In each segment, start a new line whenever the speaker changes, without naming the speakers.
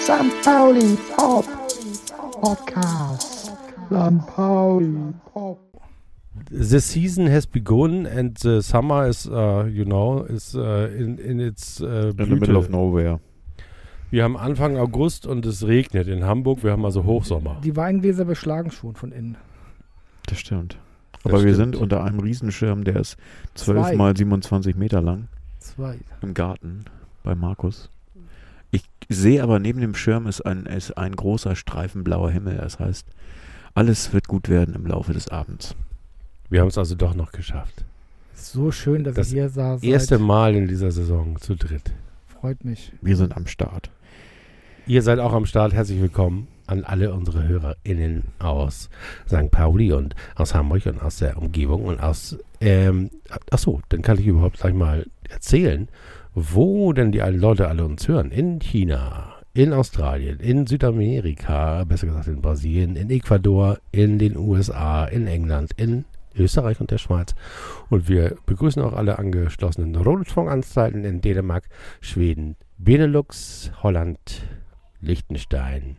St. Pauli Pop Podcast. St. Pauli Pop.
The season has begun and the summer is, uh, you know, is uh, in, in its uh,
In the middle of
Blüte.
nowhere.
Wir haben Anfang August und es regnet in Hamburg. Wir haben also Hochsommer.
Die Weingläser beschlagen schon von innen.
Das stimmt. Aber wir
stimmt.
sind unter einem Riesenschirm, der ist 12
Zwei.
mal 27 Meter lang
Zwei.
im Garten bei Markus. Ich sehe aber neben dem Schirm ist ein, ist ein großer Streifen blauer Himmel. Das heißt, alles wird gut werden im Laufe des Abends.
Wir haben es also doch noch geschafft.
So schön, dass
Das
ihr hier saß.
Erste Mal in dieser Saison zu dritt.
Freut mich.
Wir sind am Start.
Ihr seid auch am Start. Herzlich willkommen an alle unsere HörerInnen aus St. Pauli und aus Hamburg und aus der Umgebung und aus. Ähm, ach so, dann kann ich überhaupt gleich mal erzählen, wo denn die Leute alle uns hören. In China, in Australien, in Südamerika, besser gesagt in Brasilien, in Ecuador, in den USA, in England, in Österreich und der Schweiz. Und wir begrüßen auch alle angeschlossenen Rundfunkanstalten in Dänemark, Schweden, Benelux, Holland, Liechtenstein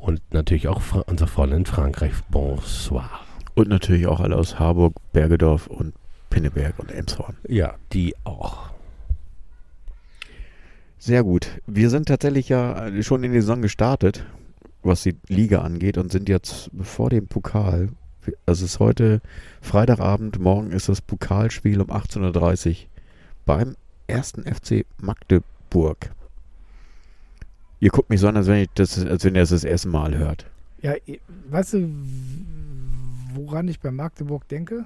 und natürlich auch Fra unsere Freunde in Frankreich. Bonsoir.
Und natürlich auch alle aus Harburg, Bergedorf und Pinneberg und Elmshorn.
Ja, die auch.
Sehr gut. Wir sind tatsächlich ja äh, schon in die Saison gestartet, was die Liga angeht, und sind jetzt vor dem Pokal. Es ist heute Freitagabend, morgen ist das Pokalspiel um 18.30 Uhr beim ersten FC Magdeburg. Ihr guckt mich so an, als wenn, ich das, als wenn ihr das das erste Mal hört.
Ja, eh, weißt du, w- woran ich bei Magdeburg denke?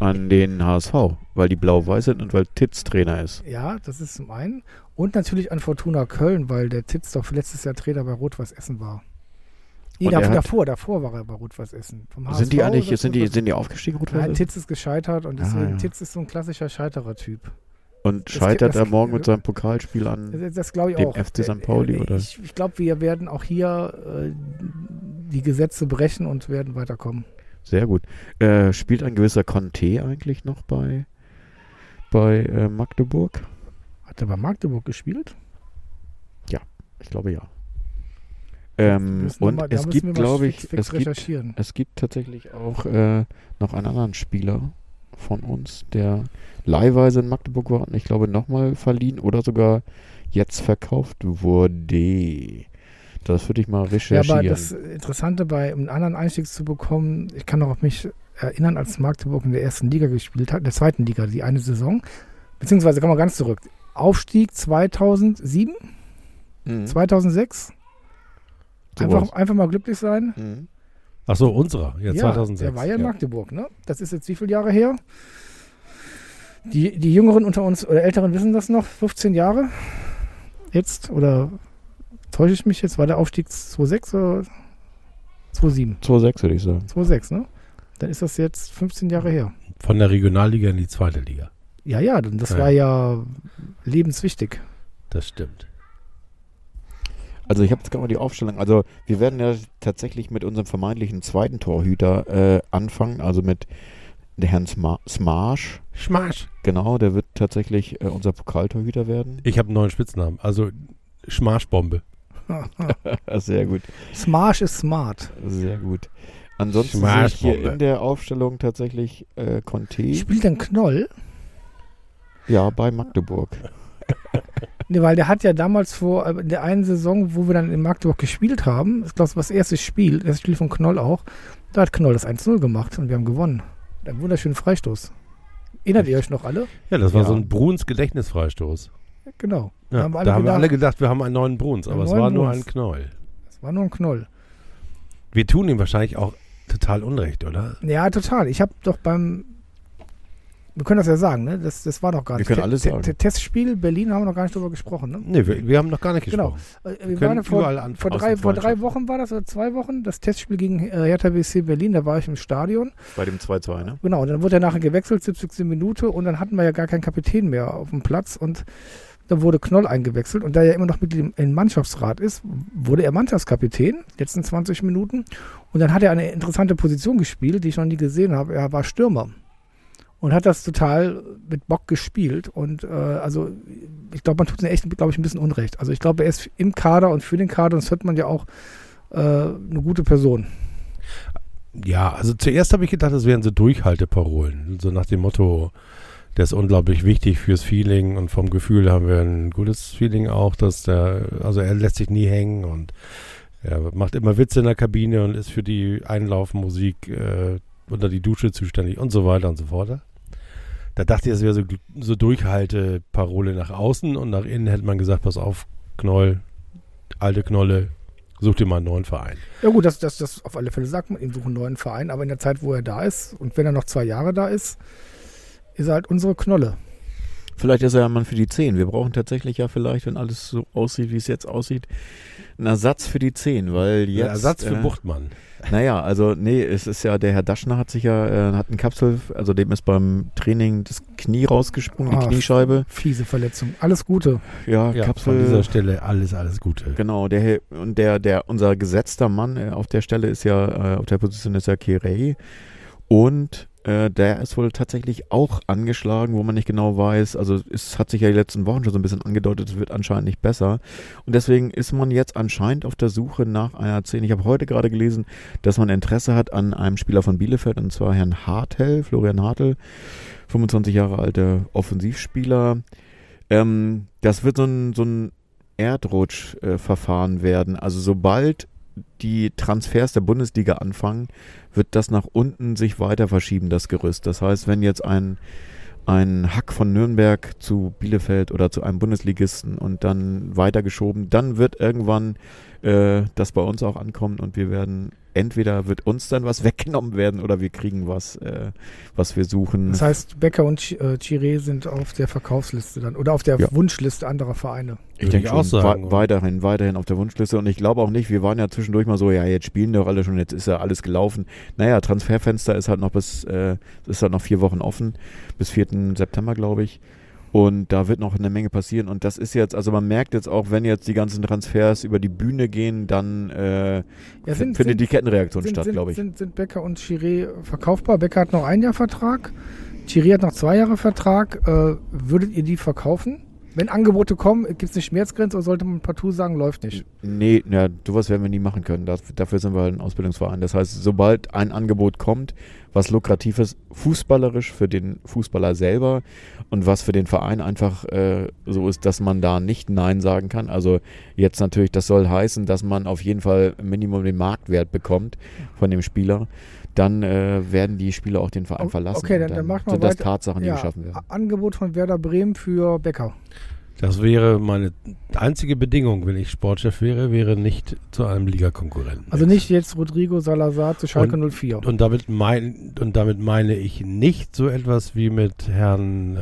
An den HSV, weil die blau-weiß sind und weil Titz Trainer ist.
Ja, das ist zum einen. Und natürlich an Fortuna Köln, weil der Titz doch letztes Jahr Trainer bei Rot-Weiß Essen war. Nee,
Und
da,
er hat-
davor, davor war er bei Rot-Weiß Essen. Vom HSV
Sind die eigentlich,
oder-
sind die, sind die aufgestiegen,
Nein,
Rot-Weiß?
Titz ist gescheitert und
Ah,
deswegen,
ja.
Titz ist so ein klassischer Scheiterer-Typ.
Und
das-
scheitert
das-
er morgen mit seinem Pokalspiel an
Hm. Das, das glaube ich
Dem
auch.
FC St. Pauli,
ich,
oder?
Ich, ich glaube, wir werden auch hier äh, die Gesetze brechen und werden weiterkommen.
Sehr gut. Äh, spielt ein gewisser Conte eigentlich noch bei, bei äh, Magdeburg?
Hat er bei Magdeburg gespielt?
Ich glaube ja. Ähm,
Müssen wir
und
mal- da müssen
es
wir
gibt,
mal
glaube ich,
fix, fix
es gibt,
recherchieren.
es gibt tatsächlich auch äh, noch einen anderen Spieler von uns, der leihweise in Magdeburg war und ich glaube nochmal verliehen oder sogar jetzt verkauft wurde. Das würde ich mal
Ja,
recherchieren.
aber das Interessante bei um einen anderen Einstieg zu bekommen, ich kann noch auf mich erinnern, als Magdeburg in der ersten Liga gespielt hat, in der zweiten Liga, die eine Saison, beziehungsweise kann man ganz zurück. Aufstieg 2007,
Hm. mhm.
2006.
Sowas.
Einfach, einfach mal glücklich sein.
Mhm.
Ach so, unserer. Ja, 2006.
Der war ja in
Ja.
Magdeburg, ne? Das ist jetzt wie viele Jahre her? Die, die Jüngeren unter uns oder Älteren wissen das noch, 15 Jahre jetzt oder täusche ich mich jetzt? War der Aufstieg 2,6 oder 2,7?
2,6 würde ich sagen.
2,6, ne? Dann ist das jetzt 15 Jahre her.
Von der Regionalliga in die zweite Liga.
Ja, ja, denn das
Ja.
war ja lebenswichtig.
Das stimmt.
Also ich habe jetzt gerade mal die Aufstellung. Also wir werden ja tatsächlich mit unserem vermeintlichen zweiten Torhüter äh, anfangen, also mit der Herrn Sma Smarsch.
Schmarsch.
Genau, der wird tatsächlich äh, unser Pokaltorhüter werden.
Ich habe einen neuen Spitznamen. Also Schmarschbombe.
sehr gut,
Smarsch ist smart.
sehr gut. Ansonsten sehe ich
Smarsch,
hier
Bombe.
in der Aufstellung tatsächlich äh, Conte,
Spielt denn Knoll?
ja, bei Magdeburg.
Ne, weil der hat ja damals vor, äh, in der einen Saison, wo wir dann in Magdeburg gespielt haben, ich glaube, das erste Spiel, das Spiel von Knoll auch, da hat Knoll das 1-0 gemacht und wir haben gewonnen. Mit einem wunderschönen Freistoß. Erinnert ihr euch noch alle?
Ja, das war
Ja.
so ein Bruns Gedächtnisfreistoß.
Genau. Da
Ja,
haben
da
alle
haben wir
gedacht-
alle gedacht, wir haben einen neuen Bruns,
Einen
aber es
neuen
war nur
Bruns.
ein Knoll.
Das war nur ein Knoll.
Wir tun ihm wahrscheinlich auch total Unrecht, oder?
Ja, total. Ich habe doch beim Wir können das ja sagen, ne? Das, das war doch gar
Wir
nicht.
können
Te-
alles
Te-
sagen.
Te- Testspiel Berlin haben wir noch gar nicht drüber gesprochen, ne?
Nee, wir, wir haben noch gar nicht
Genau.
gesprochen.
Äh,
Wir
Wir
können
waren ja vor,
überall anfangen.
vor,
Aus
drei,
dem
vor drei
Freundschaft.
Wochen war das oder zwei Wochen, das Testspiel gegen äh, Hertha BSC Berlin, da war ich im Stadion.
Bei dem 2-2, ne?
Genau, und dann wurde er nachher gewechselt, 70. Minute und dann hatten wir ja gar keinen Kapitän mehr auf dem Platz und dann wurde Knoll eingewechselt und da er immer noch mit dem im Mannschaftsrat ist, wurde er Mannschaftskapitän, letzten 20 Minuten und dann hat er eine interessante Position gespielt, die ich noch nie gesehen habe. Er war Stürmer und hat das total mit Bock gespielt und äh, also ich glaube, man tut ihm echt, glaube ich, ein bisschen Unrecht. Also ich glaube, er ist im Kader und für den Kader und das hört man ja auch äh, eine gute Person.
Ja, also zuerst habe ich gedacht, das wären so Durchhalteparolen. So nach dem Motto, der ist unglaublich wichtig fürs Feeling und vom Gefühl haben wir ein gutes Feeling auch, dass der, also er lässt sich nie hängen und er macht immer Witze in der Kabine und ist für die Einlaufmusik äh, unter die Dusche zuständig und so weiter und so fort. Da dachte ich, das wäre so, so Durchhalteparole nach außen und nach innen hätte man gesagt, pass auf, Knoll, alte Knolle, such dir mal einen neuen Verein.
Ja gut, das, das, das auf alle Fälle sagt man, ihm suchen einen neuen Verein, aber in der Zeit, wo er da ist und wenn er noch zwei Jahre da ist, ist er halt unsere Knolle.
Vielleicht ist er ja ein Mann für die 10. Wir brauchen tatsächlich ja vielleicht, wenn alles so aussieht, wie es jetzt aussieht, einen Ersatz für die 10, weil jetzt...
Ein Ersatz für
äh,
Buchtmann.
Naja, also nee, es ist ja, der Herr Daschner hat sich ja, äh, hat einen Kapsel, also dem ist beim Training das Knie rausgesprungen, die
Ah.
Kniescheibe.
Fiese Verletzung. Alles Gute.
Ja,
Ja,
Kapsel.
von dieser Stelle alles, alles Gute.
Genau, der He- und der, der, unser gesetzter Mann äh, auf der Stelle ist ja, äh, auf der Position ist ja Kirei. Und äh, der ist wohl tatsächlich auch angeschlagen, wo man nicht genau weiß. Also es hat sich ja die letzten Wochen schon so ein bisschen angedeutet, es wird anscheinend nicht besser. Und deswegen ist man jetzt anscheinend auf der Suche nach einer 10. Ich habe heute gerade gelesen, dass man Interesse hat an einem Spieler von Bielefeld, und zwar Herrn Hartel, Florian Hartel, 25 Jahre alter Offensivspieler. Ähm, das wird so ein, so ein Erdrutschverfahren äh, werden. Also sobald die Transfers der Bundesliga anfangen, wird das nach unten sich weiter verschieben, das Gerüst. Das heißt, wenn jetzt ein, ein Hack von Nürnberg zu Bielefeld oder zu einem Bundesligisten und dann weitergeschoben, dann wird irgendwann äh, das bei uns auch ankommen und wir werden, entweder wird uns dann was weggenommen werden oder wir kriegen was, äh, was wir suchen.
Das heißt, Becker und Chi- äh, Chiré sind auf der Verkaufsliste dann oder auf der
Ja.
Wunschliste anderer Vereine.
Ich
Würde
denke
ich
auch
auch sagen,
Wa
oder?
weiterhin, weiterhin auf der Wunschliste. Und ich glaube auch nicht, wir waren ja zwischendurch mal so, ja, jetzt spielen doch alle schon, jetzt ist ja alles gelaufen. Naja, Transferfenster ist halt noch bis, äh, ist halt noch vier Wochen offen, bis 4. September, glaube ich. Und da wird noch eine Menge passieren. Und das ist jetzt, also man merkt jetzt auch, wenn jetzt die ganzen Transfers über die Bühne gehen, dann äh,
Ja, sind-
findet
sind-
die Kettenreaktion
sind,
statt,
sind,
glaube ich.
Sind, sind Becker und Chiré verkaufbar? Becker hat noch ein Jahr Vertrag, Chiré hat noch zwei Jahre Vertrag. Äh, würdet ihr die verkaufen? Wenn Angebote kommen, gibt es eine Schmerzgrenze oder sollte man partout sagen, läuft nicht?
Nee, na, sowas werden wir nie machen können. Das, dafür sind wir halt ein Ausbildungsverein. Das heißt, sobald ein Angebot kommt, was lukrativ ist, fußballerisch für den Fußballer selber und was für den Verein einfach äh, so ist, dass man da nicht Nein sagen kann. Also jetzt natürlich, das soll heißen, dass man auf jeden Fall Minimum den Marktwert bekommt von dem Spieler. Dann äh, werden die Spieler auch den Verein
O-
verlassen.
okay,
Und
dann- dann mach mal
sind das
weiter.
Tatsachen, die
Ja,
geschaffen werden.
Angebot von Werder Bremen für Becker.
Das wäre meine einzige Bedingung, wenn ich Sportchef wäre, wäre nicht zu einem Ligakonkurrenten.
Also nicht jetzt Rodrigo Salazar zu Schalke 04.
Und damit, mein, und damit meine ich nicht so etwas wie mit Herrn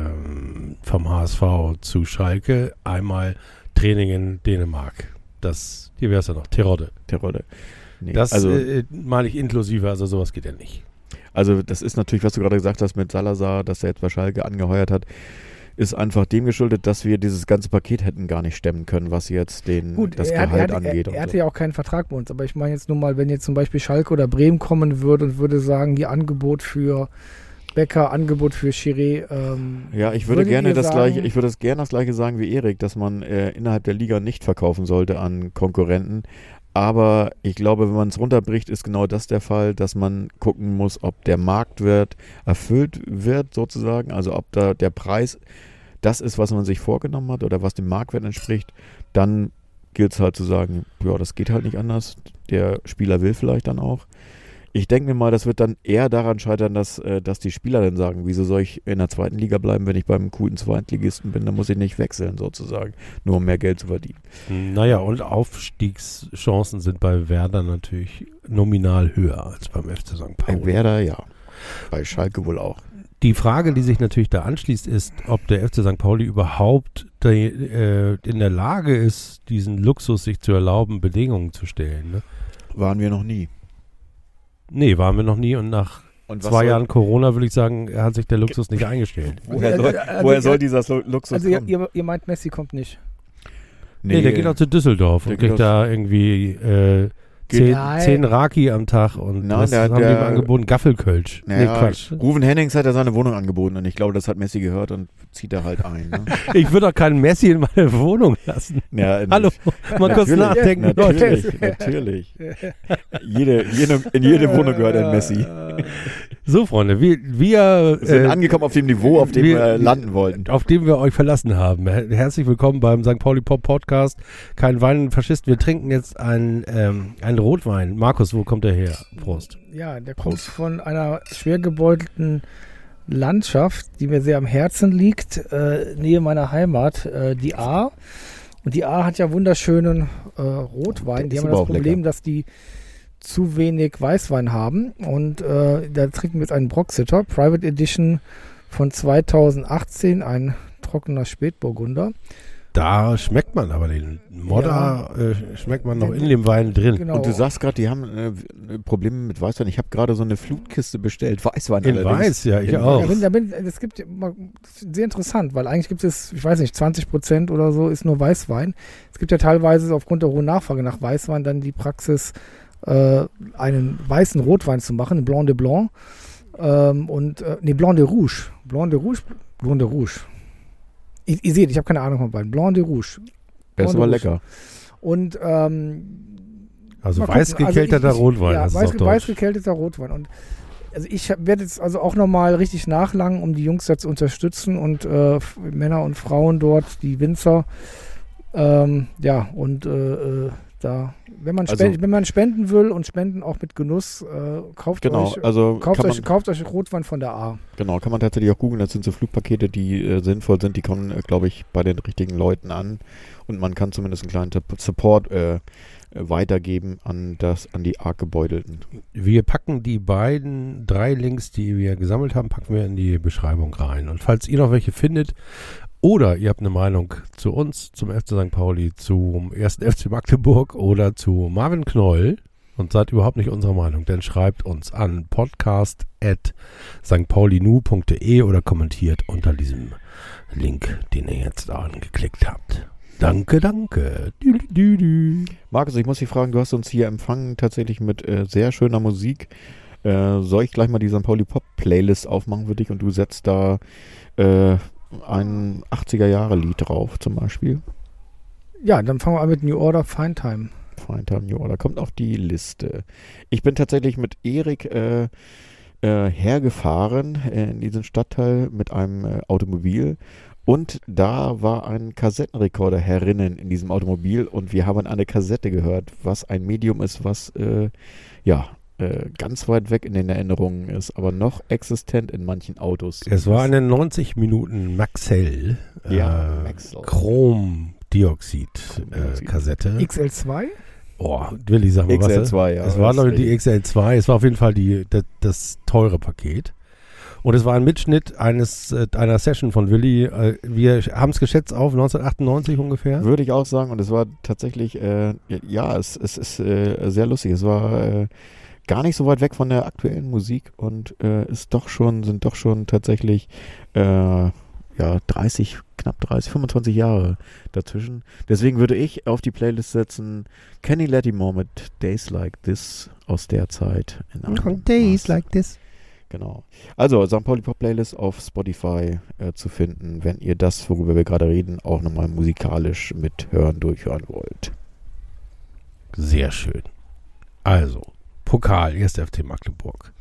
ähm, vom HSV zu Schalke, einmal Training in Dänemark. Das, hier wäre es ja noch, Terodde.
Der Rolle. Nee,
Das
also,
äh, meine ich inklusive, also sowas geht ja nicht.
Also das ist natürlich, was du gerade gesagt hast mit Salazar, dass er jetzt bei Schalke angeheuert hat, ist einfach dem geschuldet, dass wir dieses ganze Paket hätten gar nicht stemmen können, was jetzt den, das
er, hat-
Gehalt
er, hat-
angeht.
Er,
und
er hatte
so.
ja auch keinen Vertrag bei uns, aber ich meine jetzt nur mal, wenn jetzt zum Beispiel Schalke oder Bremen kommen würde und würde sagen, ihr Angebot für Becker, Angebot für Chiré. Ähm,
Ja, ich würde
würdet
gerne
ihr
das
sagen-
gleiche, ich würde das gerne das gleiche sagen wie Erik, dass man äh, innerhalb der Liga nicht verkaufen sollte an Konkurrenten. Aber ich glaube, wenn man es runterbricht, ist genau das der Fall, dass man gucken muss, ob der Marktwert erfüllt wird, sozusagen, also ob da der Preis das ist, was man sich vorgenommen hat oder was dem Marktwert entspricht, dann gilt es halt zu sagen, ja, das geht halt nicht anders. Der Spieler will vielleicht dann auch. Ich denke mir mal, das wird dann eher daran scheitern, dass, äh, dass die Spieler dann sagen, wieso soll ich in der zweiten Liga bleiben, wenn ich beim guten Zweitligisten bin, dann muss ich nicht wechseln sozusagen, nur um mehr Geld zu verdienen.
Naja, und Aufstiegschancen sind bei Werder natürlich nominal höher als beim FC St.
Bei
Pauli.
Werder ja, bei Schalke wohl auch.
Die Frage, die sich natürlich da anschließt, ist, ob der FC St. Pauli überhaupt de, äh, in der Lage ist, diesen Luxus sich zu erlauben, Bedingungen zu stellen. Ne?
Waren wir noch nie.
Nee, waren wir noch nie und nach
Und was
zwei
soll-
Jahren Corona würde ich sagen, hat sich der Luxus nicht eingestellt.
Woher
Also,
soll,
also,
woher
also,
soll dieser so Luxus
Also ihr,
kommen?
ihr, ihr meint, Messi kommt nicht.
Nee, der geht auch zu Düsseldorf
der
und
geht
kriegt da irgendwie äh, zehn,
Nein.
zehn Raki am Tag und
Nein,
was
der-
haben die
der-
ihm angeboten? Gaffelkölsch.
naja,
Nee, Quatsch.
Ruven Hennings hat ja seine Wohnung angeboten und ich glaube, das hat Messi gehört und zieht da halt ein. Ne?
Ich würde auch keinen Messi in meine Wohnung lassen.
ja, in-
Hallo, mal kurz
Natürlich,
nachdenken, Leute.
Natürlich, natürlich. Jede, jede, in jede Wohnung gehört ein Messi.
So, Freunde, wir, wir
Wir sind
äh,
angekommen auf dem Niveau, auf dem
wir-
wir, äh, landen wollten.
auf dem wir euch verlassen haben. Her- Herzlich willkommen beim St. Pauli Pop Podcast. Kein Wein, Faschist. Wir trinken jetzt einen, ähm, einen Rotwein. Markus, wo kommt er her? Prost.
Ja, der kommt von einer schwer gebeutelten Landschaft, die mir sehr am Herzen liegt, äh, nähe meiner Heimat, äh, die A. Und die A hat ja wunderschönen äh, Rotwein.
Der
Die
ist
haben
aber
das
auch lecker.
Problem, dass die zu wenig Weißwein haben. Und äh, da trinken wir jetzt einen Broxitter, Private Edition von 2018, ein trockener Spätburgunder.
Da schmeckt man aber den Modder, äh, schmeckt man noch in dem Wein drin.
Genau.
Und du sagst gerade, die haben äh, Probleme mit Weißwein. Ich habe gerade so eine Flutkiste bestellt. Weißwein
In
allerdings.
Weiß, ja, ich
In
Genau.
auch.
Ja, wenn, da bin, das gibt immer- das ist sehr interessant, weil eigentlich gibt es, ich weiß nicht, 20 Prozent oder so ist nur Weißwein. Es gibt ja teilweise aufgrund der hohen Nachfrage nach Weißwein dann die Praxis, äh, einen weißen Rotwein zu machen, einen Blanc de Blanc ähm, und äh, nee, Blanc de Rouge, Blanc de Rouge, Blanc de Rouge. Ihr, ihr seht, ich habe keine Ahnung von beiden. Blanc de Rouge.
Der ist aber lecker.
Und ähm,
Also
Mal
weiß
gucken. Also ich-
gekälterter
ich-
Rotwein,
Ja,
das
weiß,
ist auf
weiß
Deutsch.
gekälterter Rotwein. Und also ich hab- werde jetzt also auch nochmal richtig nachlangen, um die Jungs da zu unterstützen und äh, F- Männer und Frauen dort, die Winzer. Ähm, ja, und äh, äh, da, wenn man,
Also-
spend, wenn man spenden will und spenden auch mit Genuss, äh, kauft
Genau,
euch.
also
Kauft
kann man,
euch, kauft euch Rotwein von der A.
genau, kann man tatsächlich auch googeln. Das sind so Flugpakete, die äh, sinnvoll sind. Die kommen, äh, glaube ich, bei den richtigen Leuten an. Und man kann zumindest einen kleinen Tipp- Support äh, äh, weitergeben an, das, an die arg gebeutelten.
Wir packen die beiden drei Links, die wir gesammelt haben, packen wir in die Beschreibung rein. Und falls ihr noch welche findet oder ihr habt eine Meinung zu uns, zum FC St. Pauli, zum 1. FC Magdeburg oder zu Marvin Knoll und seid überhaupt nicht unserer Meinung, dann schreibt uns an podcast at stpaulinu.de oder kommentiert unter diesem Link, den ihr jetzt angeklickt habt. Danke, danke. Dü, dü, dü.
Markus, ich muss dich fragen, du hast uns hier empfangen tatsächlich mit äh, sehr schöner Musik. Äh, soll ich gleich mal die St. Pauli Pop Playlist aufmachen für dich und du setzt da äh, ein 80er Jahre Lied drauf zum Beispiel?
Ja, dann fangen wir an mit New Order Fine Time.
Fine Time New Order kommt auf die Liste. Ich bin tatsächlich mit Erik äh, äh, hergefahren äh, in diesen Stadtteil mit einem äh, Automobil und da war ein Kassettenrekorder herinnen in diesem Automobil und wir haben eine Kassette gehört, was ein Medium ist, was äh, ja äh, ganz weit weg in den Erinnerungen ist, aber noch existent in manchen Autos.
Es war eine 90 Minuten Maxell.
ja,
äh,
Maxell.
Chromdioxid-Kassette. Äh,
Chromdioxid.
Kassette.
XL2?
oh, Willi, sag mal was. äh?
XL2, ja.
es war, glaube ich, die
X
XL2. Es war auf jeden Fall die, das, das teure Paket. Und es war ein Mitschnitt eines äh, einer Session von Willi. Äh, wir haben es geschätzt auf 1998 ungefähr.
Würde ich auch sagen. Und es war tatsächlich, äh, ja, es, es ist äh, sehr lustig. Es war äh, gar nicht so weit weg von der aktuellen Musik und äh, ist doch schon, sind doch schon tatsächlich äh, ja, 30, knapp 30, 25 Jahre dazwischen. Deswegen würde ich auf die Playlist setzen Kenny Lattimore mit Days Like This aus der Zeit. in einem Maß.
this.
Genau. Also, St. Pauli Pop Playlist auf Spotify äh, zu finden, wenn ihr das, worüber wir gerade reden, auch nochmal musikalisch mithören, durchhören wollt.
Sehr schön. Also, Pokal, 1. FC Magdeburg.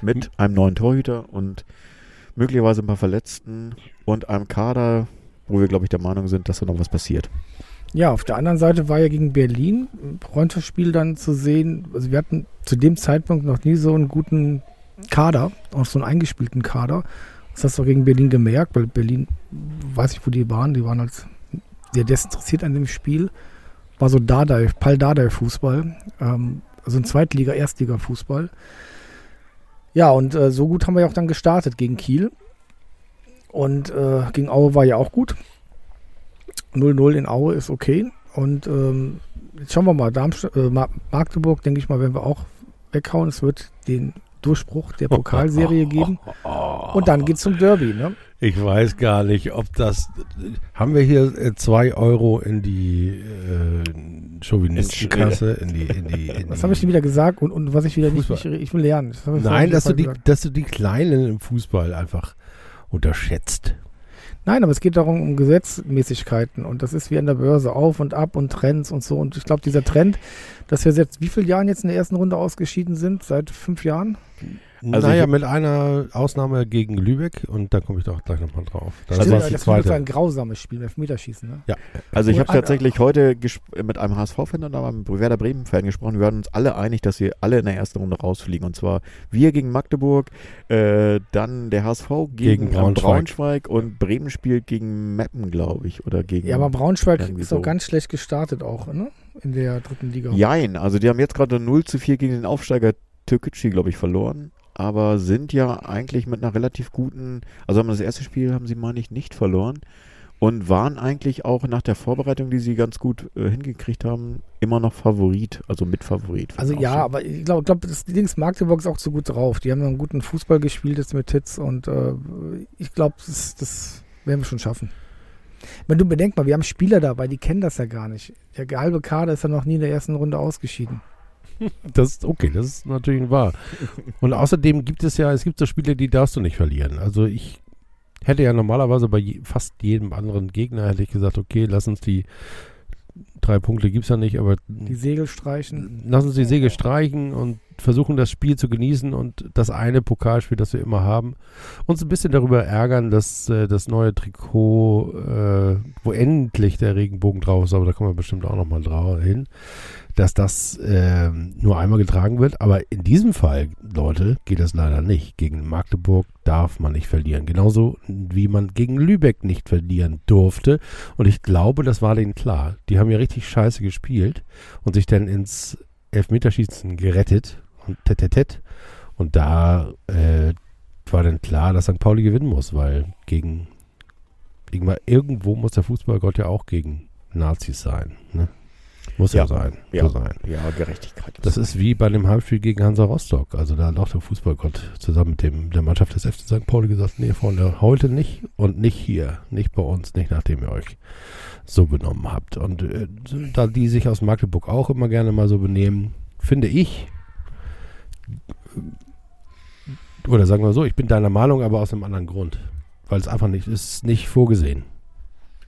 Mit einem neuen Torhüter und möglicherweise ein paar Verletzten und einem Kader, wo wir, glaube ich, der Meinung sind, dass da noch was passiert.
Ja, auf der anderen Seite war ja gegen Berlin ein Freundschaftsspiel dann zu sehen. Also wir hatten zu dem Zeitpunkt noch nie so einen guten Kader, auch so einen eingespielten Kader. Das hast du auch gegen Berlin gemerkt, weil Berlin, weiß ich, wo die waren, die waren halt sehr desinteressiert an dem Spiel. War so Dardai, Pal Dardai Fußball, ähm, also ein Zweitliga, Erstliga Fußball. Ja, und äh, so gut haben wir ja auch dann gestartet gegen Kiel. Und äh, gegen Aue war ja auch gut. 0-0 in Aue ist okay. Und ähm, jetzt schauen wir mal. Darmstadt, äh, Ma- Magdeburg, denke ich mal, werden wir auch weghauen. Es wird den Durchbruch
Oh
der Pokalserie geben. Und dann geht's zum Derby. Ne?
Ich weiß gar nicht, ob das. Haben wir hier äh, zwei Euro in die äh, Chauvinistenkasse? In die, in die, in
Was
die-
habe ich denn wieder gesagt? Und, und was ich wieder nicht, nicht.
Fußball.
Ich will lernen. Das hab ich
Nein,
vorhin
dass du,
schon
die,
gesagt.
dass du die Kleinen im Fußball einfach unterschätzt.
Nein, aber es geht darum, um Gesetzmäßigkeiten. Und das ist wie an der Börse auf und ab und Trends und so. Und ich glaube, dieser Trend, dass wir seit wie vielen Jahren jetzt in der ersten Runde ausgeschieden sind? Seit fünf Jahren?
Also
naja,
ich-
mit einer Ausnahme gegen Lübeck und da komme ich doch gleich nochmal drauf. Das
Stimmt,
ist die
das war so ein
zweite.
grausames Spiel, Elfmeterschießen. Ne?
Also ich
Cool.
habe tatsächlich heute gesp- mit einem HSV-Fan und einem Werder Bremen-Fan gesprochen. Wir waren uns alle einig, dass wir alle in der ersten Runde rausfliegen. Und zwar wir gegen Magdeburg, äh, dann der HSV gegen, äh,
Gegen Braunschweig.
Braunschweig und Bremen spielt gegen Meppen, glaube ich. Oder gegen
Ja, aber Braunschweig
Irgendwie
ist doch
so.
ganz schlecht gestartet auch, ne? In der dritten Liga.
Jein, also die haben jetzt gerade 0 zu 4 gegen den Aufsteiger Türkgücü, glaube ich, verloren. Aber sind ja eigentlich mit einer relativ guten, also haben das erste Spiel, haben sie, meine ich, nicht verloren. Und waren eigentlich auch nach der Vorbereitung, die sie ganz gut äh, hingekriegt haben, immer noch Favorit, also Mitfavorit. für
Also
den
ja,
Aufstieg.
aber ich glaube, glaub, das Dings Magdeburg ist auch so gut drauf. Die haben einen guten Fußball gespielt jetzt mit Hits und äh, ich glaube, das, das werden wir schon schaffen. Wenn du bedenk mal, wir haben Spieler dabei, die kennen das ja gar nicht. Der halbe Kader ist ja noch nie in der ersten Runde ausgeschieden.
Das ist okay, das ist natürlich wahr. Und außerdem gibt es ja, es gibt so Spiele, die darfst du nicht verlieren. Also ich hätte ja normalerweise bei je, fast jedem anderen Gegner hätte ich gesagt, okay, lass uns die drei Punkte gibt's ja nicht, aber
Die Segel streichen.
lass uns die Segel streichen und versuchen, das Spiel zu genießen und das eine Pokalspiel, das wir immer haben, uns ein bisschen darüber ärgern, dass äh, das neue Trikot, äh, wo endlich der Regenbogen drauf ist, aber da kommen wir bestimmt auch nochmal drauf hin, dass das ähm, nur einmal getragen wird. Aber in diesem Fall, Leute, geht das leider nicht. Gegen Magdeburg darf man nicht verlieren. Genauso wie man gegen Lübeck nicht verlieren durfte. Und ich glaube, das war denen klar. Die haben ja richtig scheiße gespielt und sich dann ins Elfmeterschießen gerettet und tet, tet, tet. Und da äh, war dann klar, dass St. Pauli gewinnen muss, weil gegen irgendwann- irgendwo muss der Fußballgott ja auch gegen Nazis sein. Ne? Muss ja,
Ja.
sein.
Ja.
So sein.
Ja, Gerechtigkeit.
Das ist wie bei dem Heimspiel gegen Hansa Rostock. Also da hat auch der Fußballgott zusammen mit dem, der Mannschaft des FC St. Pauli gesagt, nee, Freunde, heute nicht und nicht hier, nicht bei uns, nicht nachdem ihr euch so benommen habt. Und äh, da die sich aus Magdeburg auch immer gerne mal so benehmen, finde ich, oder sagen wir so, ich bin deiner Meinung, aber aus einem anderen Grund. Weil es einfach nicht, es ist nicht vorgesehen.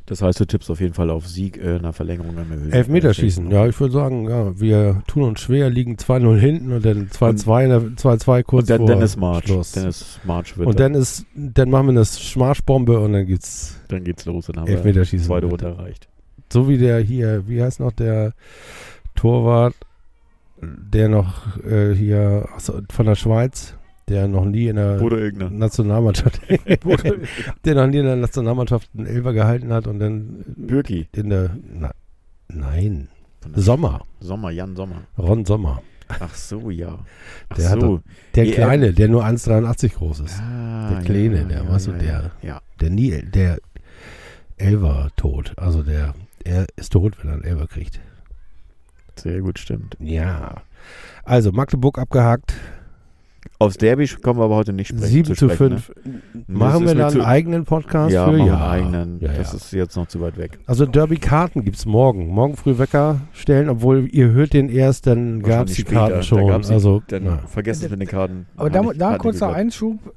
das heißt, du tippst auf jeden Fall auf Sieg äh, einer Verlängerung. wenn wir höher
Elfmeterschießen, ja, ich würde sagen, ja, wir tun uns schwer, liegen 2-0 hinten und dann 2-2 in der- 2-2 kurz
Und dann
vor
Dennis March.
Schluss.
Dennis March wird
und dann ist, dann machen wir eine Schmarschbombe und dann gibt's
dann geht's los. Dann haben wir die
Elfmeterschießen.
zweite Runde erreicht.
So wie der hier, wie heißt noch der Torwart, der noch äh, hier ach so, von der Schweiz, der noch nie in der
Bodo Ilgner.
Nationalmannschaft, der noch nie in der Nationalmannschaft einen Elfer gehalten hat und dann
Bürki.
in der, na, nein,
Von der-
Sommer,
Sommer, Jan Sommer.
Ron Sommer.
Ach so, ja. Ach
Der hat
so.
Der
Die
Kleine, der nur 1,83 groß ist.
Ah,
Der Kleine, der, weißt du, der-
Ja,
Der Neil, der Elver tot. Also der, er ist tot, wenn er einen Elver kriegt.
sehr gut, stimmt.
Ja. Also Magdeburg abgehakt,
Aufs Derby kommen wir aber heute nicht sprechen.
7 zu
sprechen,
5.
Ne?
Machen
Das
wir
ist
da
mir
einen
zu,
eigenen Podcast
Ja,
für?
machen wir einen eigenen.
Ja,
Das
ja.
ist jetzt noch zu weit weg.
Also Derby-Karten gibt es morgen. Morgen früh Wecker stellen, obwohl ihr hört den erst, dann gab es
Wahrscheinlich
die
später. Da
Karten schon.
gab's die-
also,
Dann
na.
vergessen wir den Karten.
Aber
Hat
da,
nicht-
da
hat
ein
nicht
kurzer
geklappt.
Einschub,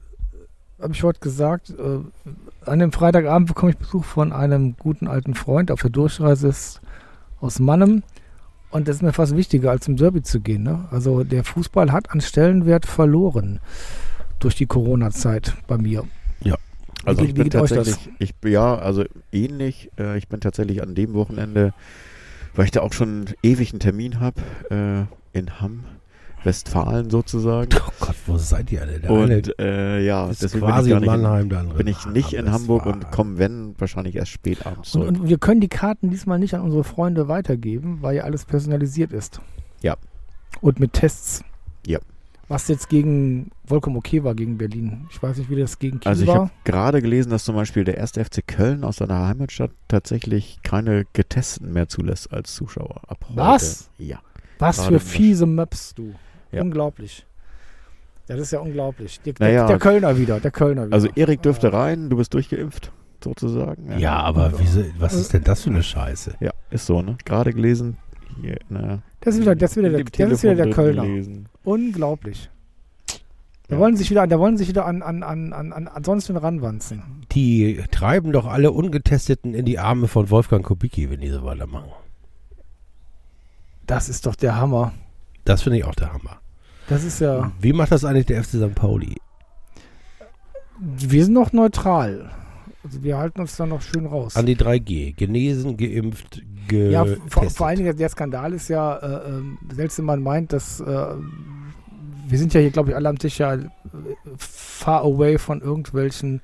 habe ich heute gesagt, äh, an dem Freitagabend bekomme ich Besuch von einem guten alten Freund, der auf der Durchreise ist aus Mannem. Und das ist mir fast wichtiger, als zum Derby zu gehen. Ne? Also der Fußball hat an Stellenwert verloren durch die Corona-Zeit bei mir.
Also
Wie-
ich
wie
bin
geht euch das?
tatsächlich, ich ja, also ähnlich. Äh, ich bin tatsächlich an dem Wochenende, weil ich da auch schon ewig einen Termin habe, äh, in Hamm, Westfalen sozusagen.
Oh Gott, wo seid ihr alle? Der eine
Und äh, ja,
ist
deswegen
quasi
bin
in
ich, gar nicht in,
Mannheim, der andere Ah,
bin ich nicht in
Das
Hamburg
war-
und komme, wenn, wahrscheinlich erst spät abends
Und,
zurück.
und wir können die Karten diesmal nicht an unsere Freunde weitergeben, weil ja alles personalisiert ist.
Ja.
Und mit Tests.
Ja.
Was jetzt gegen vollkommen okay war gegen Berlin. Ich weiß nicht, wie das gegen Kiel
Also ich
war.
habe gerade gelesen, dass zum Beispiel der erste FC Köln aus seiner Heimatstadt tatsächlich keine Getesteten mehr zulässt als Zuschauer. Ab heute.
Was?
Ja.
Was
gerade
für fiese Maps, du.
Ja.
Unglaublich. Das ist ja unglaublich. Der,
Naja.
der, der Kölner wieder, der Kölner wieder.
Also Erik dürfte rein, du bist durchgeimpft, sozusagen.
Ja,
Also,
aber wieso, was ist denn das für eine Scheiße?
Ja, ist so, ne? Gerade gelesen. Hier, na,
das ist wieder, das ist wieder,
in
der,
dem
das ist wieder der
Telefon drin
Kölner.
gelesen.
Unglaublich. Da
Ja.
wollen sich wieder, da wollen sich wieder an, an, an, an, an ansonsten ranwanzen.
Die treiben doch alle Ungetesteten in die Arme von Wolfgang Kubicki, wenn die so weitermachen.
Das ist doch der Hammer.
Das finde ich auch der Hammer.
Das ist ja.
Wie macht das eigentlich der FC St. Pauli?
Wir sind noch neutral. Also wir halten uns da noch schön raus.
An die 3G. Genesen, geimpft, getestet.
ja, vor, vor allen Dingen der Skandal ist ja, äh, ähm, selbst wenn man meint, dass äh, wir sind ja hier, glaube ich, alle am Tisch ja äh, far away von irgendwelchen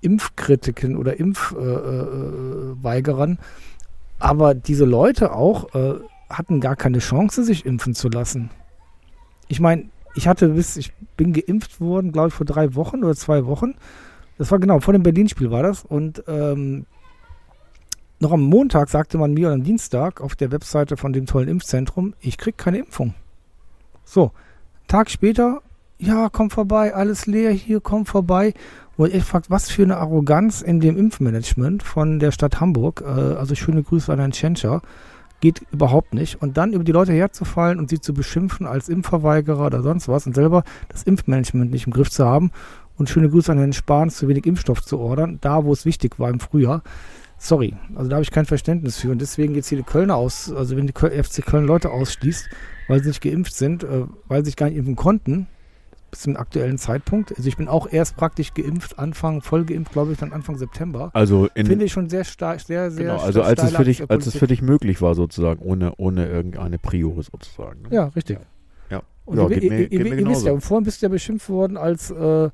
Impfkritiken oder Impfweigerern. Äh, äh, Weigerern. Aber diese Leute auch äh, hatten gar keine Chance, sich impfen zu lassen. Ich meine, ich hatte bis, ich bin geimpft worden, glaube ich, vor drei Wochen oder zwei Wochen. Das war genau, vor dem Berlin-Spiel war das. Und ähm, noch am Montag sagte man mir und am Dienstag auf der Webseite von dem tollen Impfzentrum, ich krieg keine Impfung. So, Tag später, ja, komm vorbei, alles leer hier, komm vorbei. Wo ich echt fragt, was für eine Arroganz in dem Impfmanagement von der Stadt Hamburg, äh, also schöne Grüße an Herrn Tschentscher, geht überhaupt nicht. Und dann über die Leute herzufallen und sie zu beschimpfen als Impfverweigerer oder sonst was und selber das Impfmanagement nicht im Griff zu haben und schöne Grüße an Herrn Spahn, zu wenig Impfstoff zu ordern, da wo es wichtig war im Frühjahr. Sorry, also da habe ich kein Verständnis für. Und deswegen jetzt hier die Kölner aus, also wenn die Köl- FC Köln Leute ausschließt, weil sie nicht geimpft sind, äh, weil sie sich gar nicht impfen konnten, bis zum aktuellen Zeitpunkt. Also ich bin auch erst praktisch geimpft, Anfang, voll geimpft, glaube ich, dann Anfang September.
Also in,
Finde ich schon sehr stark, sehr, sehr
genau, also als es,
steile
für dich, als es
Politik.
für dich möglich war, sozusagen, ohne, ohne irgendeine Priore sozusagen. Ne?
Ja, richtig.
Ja.
Und
Ja,
ihr,
geht
ihr,
mir-
ihr,
geht mir
ihr, ihr wisst ja,
genauso.
vorhin bist du ja beschimpft worden als äh,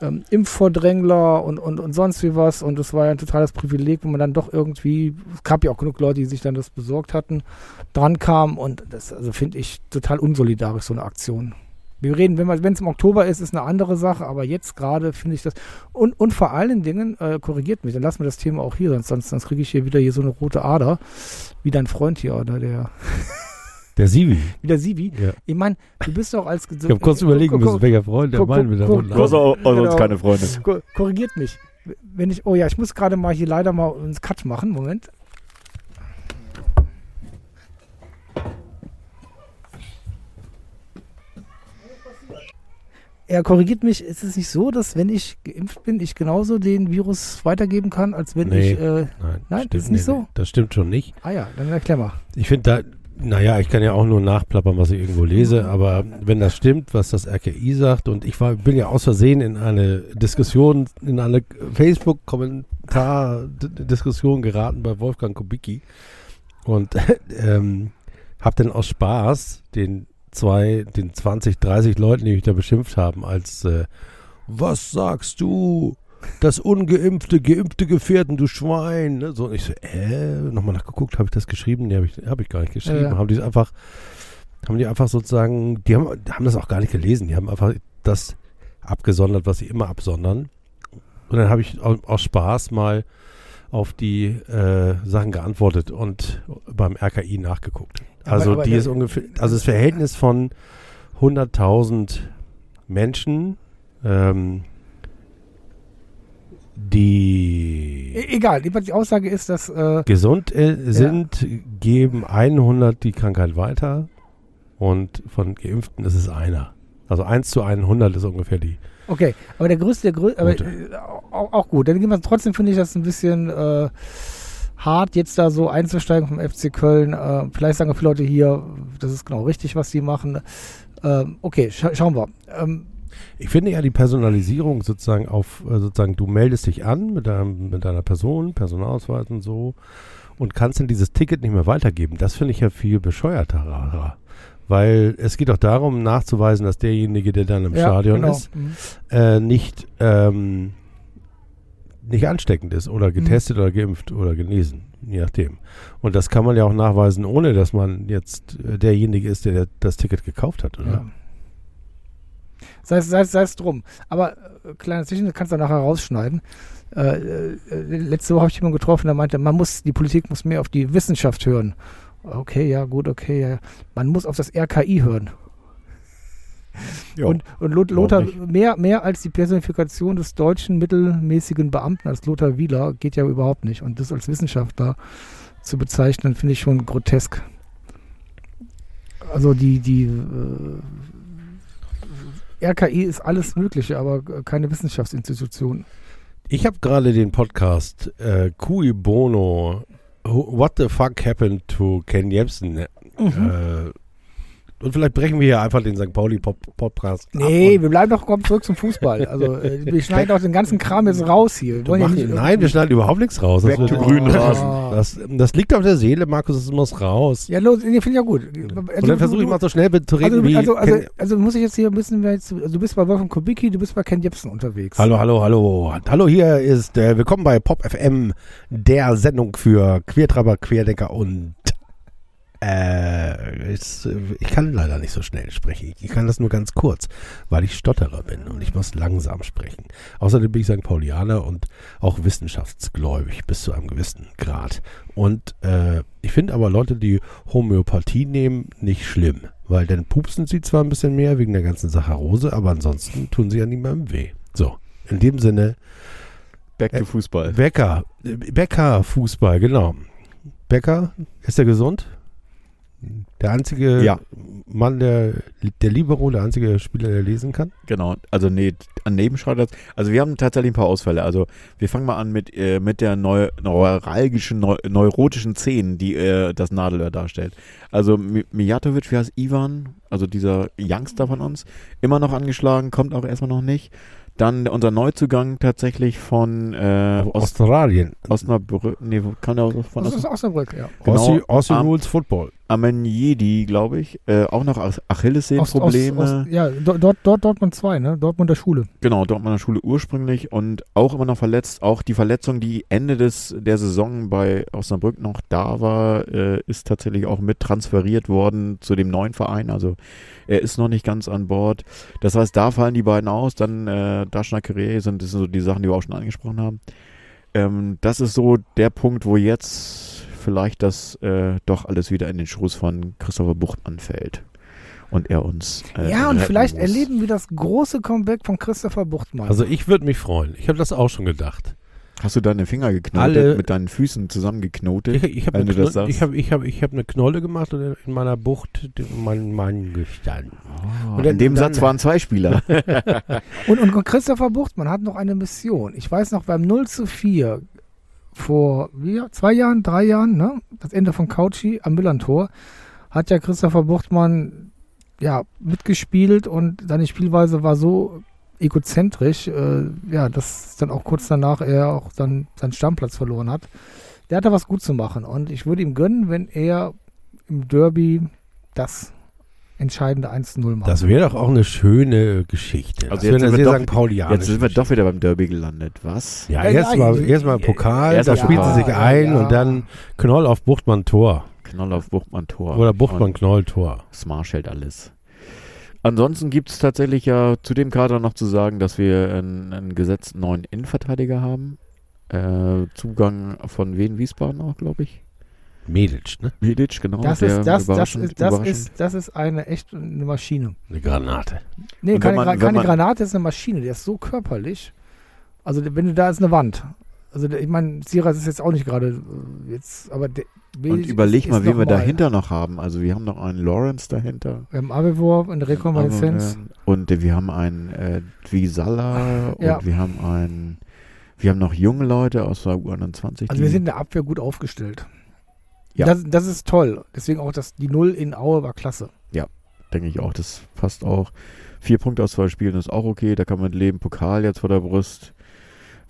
ähm, Impfvordrängler und, und, und sonst wie was. Und es war ja ein totales Privileg, wo man dann doch irgendwie, es gab ja auch genug Leute, die sich dann das besorgt hatten, dran kamen. Und das also finde ich total unsolidarisch, so eine Aktion. Wir reden, wenn es im Oktober ist, ist eine andere Sache, aber jetzt gerade finde ich das. Und, und vor allen Dingen, äh, korrigiert mich, dann lassen wir das Thema auch hier, sonst, sonst, sonst kriege ich hier wieder hier so eine rote Ader, wie dein Freund hier oder der,
der Sivi.
wie der Sivi.
Ja.
Ich meine, du bist doch als
Ich habe kurz um überlegen müssen, welcher Freund der
guck,
meinen wir da
guck,
Du hast
runter.
auch, auch sonst
Genau.
keine Freunde.
Ko- Korrigiert mich. Wenn ich, oh ja, ich muss gerade mal hier leider mal einen Cut machen. Moment. Er korrigiert mich. Ist es nicht so, dass wenn ich geimpft bin, ich genauso den Virus weitergeben kann, als wenn
Nee.
ich. Äh,
Nein,
Nein,
stimmt
das ist nicht
nee,
so.
nee. Das stimmt schon nicht.
ah ja, dann erklär mal.
Ich finde da, naja, ich kann ja auch nur nachplappern, was ich irgendwo lese, aber wenn das stimmt, was das RKI sagt, und ich war, bin ja aus Versehen in eine Diskussion, in eine Facebook-Kommentar-Diskussion geraten bei Wolfgang Kubicki und ähm, habe dann aus Spaß den zwei, den 20, 30 Leuten, die mich da beschimpft haben, als äh, was sagst du? Das ungeimpfte, geimpfte Gefährten, du Schwein. Ne? So, und ich so, äh, nochmal nachgeguckt, habe ich das geschrieben? Nee, habe ich, hab ich gar nicht geschrieben.
Ja, ja.
Haben die es einfach, haben die einfach sozusagen, die haben, haben das auch gar nicht gelesen. Die haben einfach das abgesondert, was sie immer absondern. Und dann habe ich au- aus Spaß mal auf die äh, Sachen geantwortet und beim RKI nachgeguckt.
Aber-
Also
aber
die
der-
ist ungefähr, also das Verhältnis von 100.000 Menschen, ähm,
E
die
egal, die Aussage ist, dass. Äh,
gesund äh, sind, geben 100 die Krankheit weiter und von Geimpften ist es einer. Also 1 zu 100 ist ungefähr die.
Okay, aber der größte, der größte, aber,
Gute.
äh, auch, auch gut. Dann gehen wir trotzdem, finde ich das ein bisschen äh, hart, jetzt da so einzusteigen vom FC Köln. Äh, vielleicht sagen auch viele Leute hier, das ist genau richtig, was sie machen. Ähm, okay, scha schauen wir. Ähm,
Ich finde ja die Personalisierung sozusagen auf, äh, sozusagen, du meldest dich an mit, deinem, mit deiner Person, Personalausweis und so und kannst dann dieses Ticket nicht mehr weitergeben. Das finde ich ja viel bescheuerter. Weil es geht doch darum, nachzuweisen, dass derjenige, der dann im
ja,
Stadion
genau.
ist,
Mhm.
äh, nicht, ähm, nicht ansteckend ist
Mhm.
oder getestet oder geimpft oder genesen, je nachdem. Und das kann man ja auch nachweisen, ohne dass man jetzt äh, derjenige ist, der das Ticket gekauft hat, oder?
Ja. Sei es sei, es- sei es drum. Aber äh, kleiner Zwischen, kannst du nachher rausschneiden. Äh, äh, äh, letzte Woche habe ich jemanden getroffen, der meinte, man muss, die Politik muss mehr auf die Wissenschaft hören. Okay, ja, gut, okay, ja. Man muss auf das RKI hören.
Ja.
Und, und Lot,
warum
Lothar,
nicht?
mehr, mehr als die Personifikation des deutschen mittelmäßigen Beamten als Lothar Wieler geht ja überhaupt nicht. Und das als Wissenschaftler zu bezeichnen, finde ich schon grotesk. Also die, die äh, RKI ist alles Mögliche, aber keine Wissenschaftsinstitution.
Ich habe gerade den Podcast äh, Cui Bono, Who- What the Fuck Happened to Ken Jebsen. äh,
Mhm.
Äh, und vielleicht brechen wir hier einfach den St. Pauli Pop Podcast
Nee,
ab.
wir bleiben doch komm zurück zum Fußball. Also äh, wir schneiden doch den ganzen Kram jetzt raus hier. Wir
Und wir
wollen ja
machen,
nicht- äh, Ah.
nein, wir schneiden überhaupt nichts raus.
Back
wird-
to grünen
Rasen.
Das, das liegt auf der Seele, Markus, es muss raus.
Ja, los, nee, finde ich ja gut. Also,
und dann versuche ich mal so schnell zu reden
Also,
wie.
also, also,
Ken-
also muss ich jetzt hier müssen wir jetzt, also du bist bei Wolfgang Kubicki, du bist bei Ken Jebsen unterwegs.
Hallo, hallo, hallo. Hallo, hier ist äh, Willkommen bei Pop FM, der Sendung für Quertreiber, Querdenker und. Äh, ist, äh, ich kann leider nicht so schnell sprechen. Ich kann das nur ganz kurz, weil ich Stotterer bin und ich muss langsam sprechen. Außerdem bin ich St. Paulianer und auch wissenschaftsgläubig bis zu einem gewissen Grad. Und äh, ich finde aber Leute, die Homöopathie nehmen, nicht schlimm, weil dann pupsen sie zwar ein bisschen mehr wegen der ganzen Saccharose, aber ansonsten tun sie ja niemandem weh. So, in dem Sinne,
Back
to
to Fußball.
Becker, äh, Becker Fußball, genau. Becker, ist er gesund? Der einzige
Ja.
Mann, der, der Libero, der einzige Spieler, der lesen kann?
Genau, also nee, an Nebenschalter. Also wir haben tatsächlich ein paar Ausfälle. Also wir fangen mal an mit, äh, mit der neu, neuralgischen, neu, neurotischen 10, die äh, das Nadelöhr darstellt. Also Mi- Mijatovic, wie heißt Ivan, also dieser Youngster von uns, immer noch angeschlagen, kommt auch erstmal noch nicht. Dann unser Neuzugang tatsächlich von äh, Ost
Australien.
Osnabrück, nee, wo- kann der aus- von
Das ist
Osnabrück?
Osnabrück, ja.
Genau,
Aussie, Aussie
am-
Rules Football.
Amenjedi, glaube ich, äh, auch noch Ach- Achillessehnenprobleme.
Ost, Ost, ja, do- dort, dort Dortmund 2, ne? Dortmund der Schule.
Genau, Dortmunder Schule ursprünglich und auch immer noch verletzt. Auch die Verletzung, die Ende des, der Saison bei Osnabrück noch da war, äh, ist tatsächlich auch mit transferiert worden zu dem neuen Verein. Also er ist noch nicht ganz an Bord. Das heißt, da fallen die beiden aus. Dann äh, Daschner Kere sind, das sind so die Sachen, die wir auch schon angesprochen haben. Ähm, das ist so der Punkt, wo jetzt vielleicht das äh, doch alles wieder in den Schoß von Christopher Buchtmann fällt. Und er uns. äh,
ja, und
retten
vielleicht
muss.
erleben wir das große Comeback von Christopher Buchtmann.
Also ich würde mich freuen. Ich habe das auch schon gedacht.
Hast du deine Finger geknotet,
Alle-
mit deinen Füßen zusammengeknotet?
Ich, ich habe
wenn
eine,
du das
Knolle- ich
sagst.
hab, ich hab, ich hab eine Knolle gemacht und in meiner Bucht mein Mann gestanden.
Ah,
Und dann-
in dem
dann-
Satz waren zwei Spieler.
Und, und Christopher Buchtmann hat noch eine Mission. Ich weiß noch, beim 0 zu 4 vor wie, zwei Jahren, drei Jahren, ne? das Ende von Couchy am Müllerntor, hat ja Christopher Buchtmann ja, mitgespielt und seine Spielweise war so egozentrisch, äh, ja, dass dann auch kurz danach er auch dann seinen Stammplatz verloren hat. Der hat da was gut zu machen und ich würde ihm gönnen, wenn er im Derby das entscheidende 1-0 macht.
Das wäre doch auch eine schöne Geschichte.
Also
das
jetzt
wäre
sind
eine
wir
sehr
doch-
St. Paulianische
Jetzt sind wir doch wieder beim Derby gelandet. Was?
Ja,
Ja,
erst
ja,
mal,
ich-
erst mal Pokal,
Erst
da
mal
spielen sie
Pokal,
sich
ja,
ein
ja.
und dann Knoll auf Buchtmann Tor.
Knoll auf Buchmann Tor.
Oder Buchtmann Knoll Tor.
Smarsheld alles. Ansonsten gibt es tatsächlich ja zu dem Kader noch zu sagen, dass wir einen, einen gesetzten neuen Innenverteidiger haben. Äh, Zugang von Wien Wiesbaden auch, glaube ich.
Medic, ne?
Milic, genau.
Das
der
ist, das, das,
überraschend-
ist, das,
überraschend.
ist, das ist eine echt eine Maschine.
Eine Granate.
Nee,
Und wenn
keine,
man-
Gra-
wenn
keine
man-
Granate ist eine Maschine, der ist so körperlich. Also der- wenn du da ist eine Wand. Also der, ich meine, Siras ist jetzt auch nicht gerade äh, jetzt, aber der,
Und überleg mal, wen wir
dahinter.
dahinter noch haben. Also wir haben noch einen Lawrence dahinter.
Wir haben Abewurf und Rekonvaleszenz.
Und äh, wir haben einen äh, Dvisala und
Ja.
wir haben einen, wir haben noch junge Leute aus der U21.
Also wir sind in der Abwehr gut aufgestellt.
Ja.
Das, das ist toll. Deswegen auch das, die Null in Aue war klasse.
denke ich auch, das passt auch. Vier Punkte aus zwei Spielen ist auch okay, da kann man leben. Pokal jetzt vor der Brust.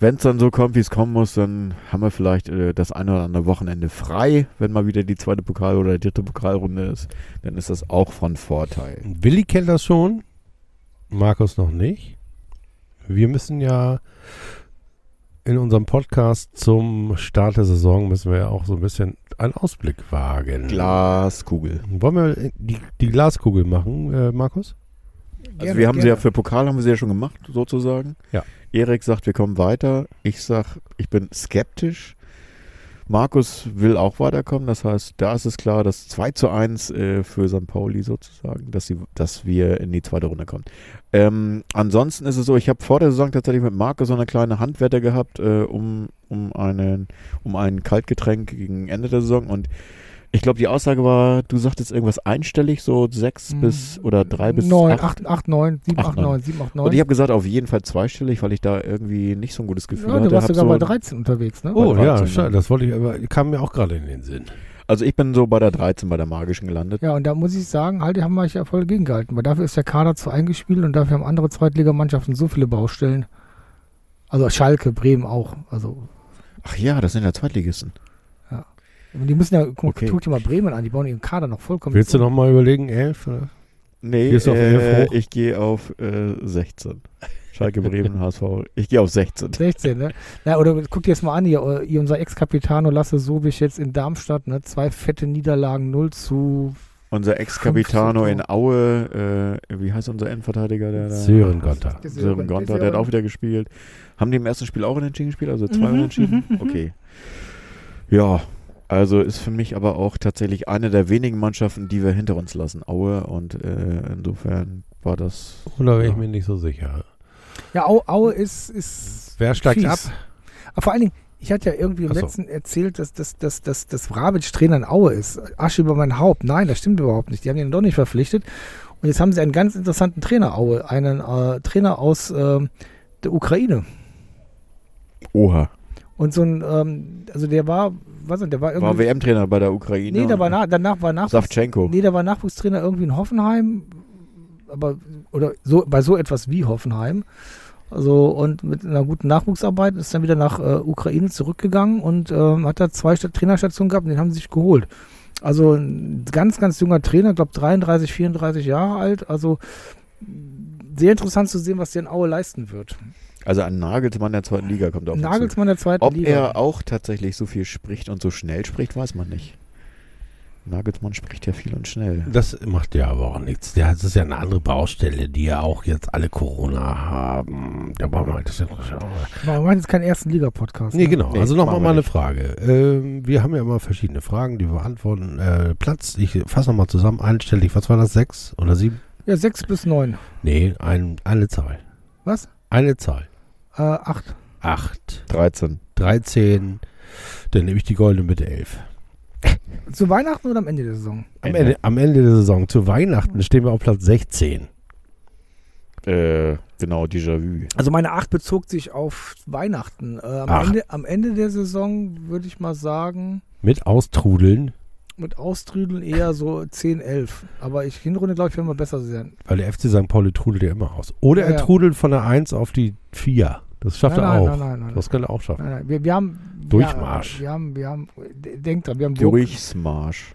Wenn es dann so kommt, wie es kommen muss, dann haben wir vielleicht äh, das eine oder andere Wochenende frei, wenn mal wieder die zweite Pokal- oder dritte Pokalrunde ist. Dann ist das auch von Vorteil.
Willi kennt das schon, Markus noch nicht. Wir müssen ja in unserem Podcast zum Start der Saison müssen wir ja auch so ein bisschen einen Ausblick wagen.
Glaskugel.
Wollen wir die, die Glaskugel machen, äh, Markus?
Also wir haben sie ja für Pokal haben wir sie ja schon gemacht, sozusagen.
Ja.
Erik sagt, wir kommen weiter. Ich sag, ich bin skeptisch. Markus will auch weiterkommen. Das heißt, da ist es klar, dass 2 zu 1 äh, für St. Pauli sozusagen, dass, sie, dass wir in die zweite Runde kommen. Ähm, ansonsten ist es so, ich habe vor der Saison tatsächlich mit Markus so eine kleine Handwette gehabt, äh, um, um, einen, um ein Kaltgetränk gegen Ende der Saison. Und ich glaube, die Aussage war, du sagtest irgendwas einstellig, so 6
Hm,
bis oder 3 bis
9,
acht.
8, 8, 9, 7,
Acht,
8, 9, 7, 8, 9.
Und ich habe gesagt, auf jeden Fall zweistellig, weil ich da irgendwie nicht so ein gutes Gefühl
ja,
hatte.
du warst
Hab
sogar bei
so,
13 unterwegs, ne?
Oh
Bei
ja,
13,
schade,
ne?
das wollte ich, aber kam mir auch gerade in den Sinn.
also ich bin so bei der 13 bei der magischen gelandet.
Ja, und da muss ich sagen, halt, die haben wir ja voll gegengehalten, weil dafür ist der Kader zu eingespielt und dafür haben andere Zweitligamannschaften so viele Baustellen. Also Schalke, Bremen auch. Also,
Ach ja, das sind ja Zweitligisten.
die müssen ja, guck,
Okay.
guck dir mal Bremen an, die bauen ihren Kader noch vollkommen.
Willst du nochmal überlegen, 11? Oder?
Nee,
Gehst du auf elf hoch?
ich gehe auf äh, 16. Schalke Bremen, HSV. Ich gehe auf 16.
16, ne? Na, oder guck dir jetzt mal an, hier, hier unser Ex-Capitano Lasse Sobisch jetzt in Darmstadt, ne? Zwei fette Niederlagen, 0 zu
Unser Ex-Capitano in Aue, äh, wie heißt unser Endverteidiger? Der da?
Sören Gonter.
Sören Gonter, der hat auch wieder gespielt. Haben die im ersten Spiel auch unentschieden gespielt? Also
Mhm,
zweimal unentschieden? Okay. Ja, also ist für mich aber auch tatsächlich eine der wenigen Mannschaften, die wir hinter uns lassen. Aue und äh, insofern war das.
Oder bin ich
Ja.
mir nicht so sicher.
Ja, Au- Aue ist, ist
Wer steigt
Fies.
ab?
Aber vor allen Dingen, ich hatte ja irgendwie im
Ach so.
letzten erzählt, dass, dass, dass, dass, dass Vrabic Trainer in Aue ist. Asche über mein Haupt. Nein, das stimmt überhaupt nicht. Die haben ihn doch nicht verpflichtet. Und jetzt haben sie einen ganz interessanten Trainer Aue. Einen äh, Trainer aus ähm, der Ukraine.
Oha.
Und so ein, ähm, also der war, was ist, der war
War
irgendwie.
WM-Trainer bei der Ukraine.
nee, der
und-
war nach, danach war Nachwuchs,
Savchenko.
Nee, der war Nachwuchstrainer irgendwie in Hoffenheim, aber oder so bei so etwas wie Hoffenheim. Also und mit einer guten Nachwuchsarbeit ist dann wieder nach äh, Ukraine zurückgegangen und ähm, hat da zwei Sta- Trainerstationen gehabt, und den haben sie sich geholt. Also ein ganz, ganz junger Trainer, glaube 33, 34 Jahre alt. Also sehr interessant zu sehen, was der in Aue leisten wird.
Also ein Nagelsmann der zweiten Liga kommt auf uns zu.
Nagelsmann der zweiten
Ob
Liga.
er auch tatsächlich so viel spricht und so schnell spricht, weiß man nicht. Nagelsmann spricht ja viel und schnell.
Das macht ja aber auch nichts. Ja, das ist ja eine andere Baustelle, die ja auch jetzt alle Corona haben. Da brauchen wir halt das ja noch.
Aber wir machen jetzt keinen ersten Liga-Podcast.
Nee,
ne?
genau.
Nee,
also nochmal
machen wir
mal eine
nicht.
Frage. Ähm, wir haben ja immer verschiedene Fragen, die wir beantworten. Äh, Platz, ich fasse nochmal zusammen, einstellig. Was war das? Sechs oder sieben?
Ja, sechs bis neun.
Nee, ein, eine Zahl.
Was?
Eine Zahl.
Äh, acht.
Acht,
13.
13. Dann nehme ich die goldene Mitte elf.
Zu Weihnachten oder am Ende der Saison?
Am
Ende.
Ende, am Ende der Saison, zu Weihnachten, stehen wir auf Platz 16.
Äh, genau, Déjà-vu.
Also meine 8 bezog sich auf Weihnachten. Äh, am,
Ach.
Ende, am Ende der Saison würde ich mal sagen,
Mit Austrudeln,
mit Austrüdeln eher so 10, 11. Aber ich Hinrunde, glaube ich, werden wir besser sein.
weil der FC St. Pauli trudelt ja immer aus. Oder
Ja,
er
ja.
trudelt von der 1 auf die 4. Das schafft
nein,
er
nein,
auch.
nein, nein, nein, nein.
Das kann er auch schaffen.
Nein, nein. Wir, wir haben
Durchmarsch.
Ja, wir haben, wir haben, äh, denkt dran, wir haben
Durchsmarsch.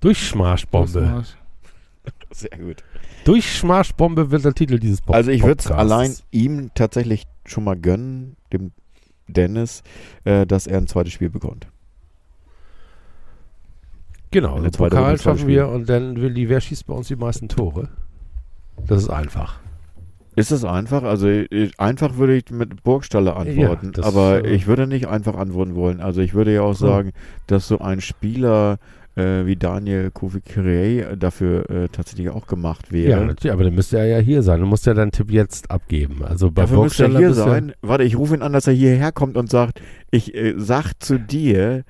Durchschmarschbombe.
Durchmarsch.
Sehr gut.
Durchschmarschbombe wird der Titel dieses Podcasts.
Also ich würde es allein ihm tatsächlich schon mal gönnen, dem Dennis, äh, dass er ein zweites Spiel bekommt.
Genau,
Eine
also
zweite
Pokal
Runde, zweites
schaffen wir und dann will die, wer schießt bei uns die meisten Tore? Das ist einfach.
Ist das einfach? Also äh, einfach würde ich mit Burgstaller antworten,
Ja, das,
aber
äh,
ich würde nicht einfach antworten wollen. Also ich würde ja auch sagen, dass so ein Spieler äh, wie Daniel Kofi dafür äh, tatsächlich auch gemacht
Ja,
wäre.
natürlich, aber dann müsste er ja hier sein. Du musst ja deinen Tipp jetzt abgeben. Also bei
Dafür müsste er
Burgstaller
hier
bist du-
sein. Warte, ich rufe ihn an, dass er hierher kommt und sagt, ich äh, sag zu dir,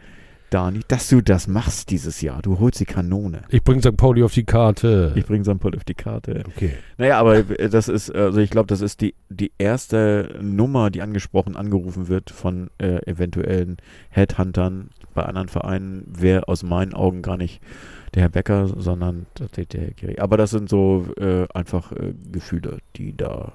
Dani, dass du das machst dieses Jahr. Du holst die Kanone.
Ich bringe St. Pauli auf die Karte.
Ich bringe St. Paul auf die Karte.
okay.
Naja, aber äh, das ist, also ich glaube, das ist die, die erste Nummer, die angesprochen, angerufen wird von äh, eventuellen Headhuntern bei anderen Vereinen, wäre aus meinen Augen gar nicht der Herr Becker, sondern tatsächlich der Herr Kiri. Aber das sind so äh, einfach äh, Gefühle, die da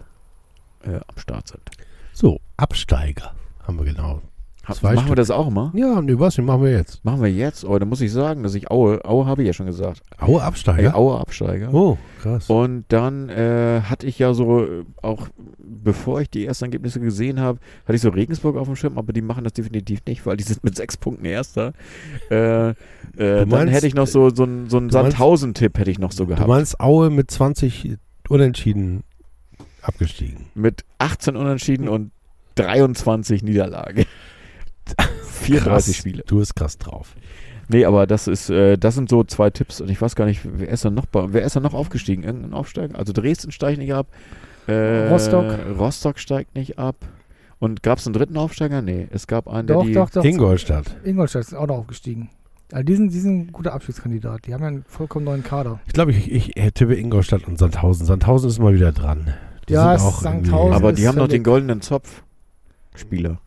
äh, am Start sind.
So, Absteiger haben wir genau.
Ha,
Zwei
machen wir
Stück.
das auch mal?
Ja, nee, was den machen wir jetzt?
Machen wir jetzt? Oh, da muss ich sagen, dass ich Aue, Aue habe ich ja schon gesagt.
Aue
Ey,
Absteiger?
Aue Absteiger.
Oh, krass.
Und dann äh, hatte ich ja so, äh, auch bevor ich die ersten Ergebnisse gesehen habe, hatte ich so Regensburg auf dem Schirm, aber die machen das definitiv nicht, weil die sind mit sechs Punkten Erster. Äh, äh, dann
meinst-
hätte ich noch so, so einen so einen
du meinst-
Sandhausen-Tipp hätte ich noch so
du
gehabt.
meinst Aue mit 20 unentschieden abgestiegen.
Mit 18 Unentschieden und 23 Niederlagen. 34
Krass.
Spiele.
Du bist krass drauf.
Nee, aber das ist, äh, das sind so zwei Tipps und ich weiß gar nicht, wer ist denn noch bei, wer ist denn noch aufgestiegen? Irgendein Aufsteiger? Also Dresden steigt nicht ab. Äh,
Rostock.
Rostock steigt nicht ab. Und gab es einen dritten Aufsteiger? Nee, es gab einen, der
Doch,
die,
doch, doch.
Ingolstadt.
Ingolstadt ist auch noch aufgestiegen. Also die sind, die sind ein guter Abschiedskandidat. Die haben ja einen vollkommen neuen Kader.
Ich glaube, ich, ich äh, tippe Ingolstadt und Sandhausen. Sandhausen ist mal wieder dran. Die
Ja,
sind auch irgendwie-
Sandhausen
Aber
ist
die haben noch
völlig-
den goldenen Zopf. Spieler.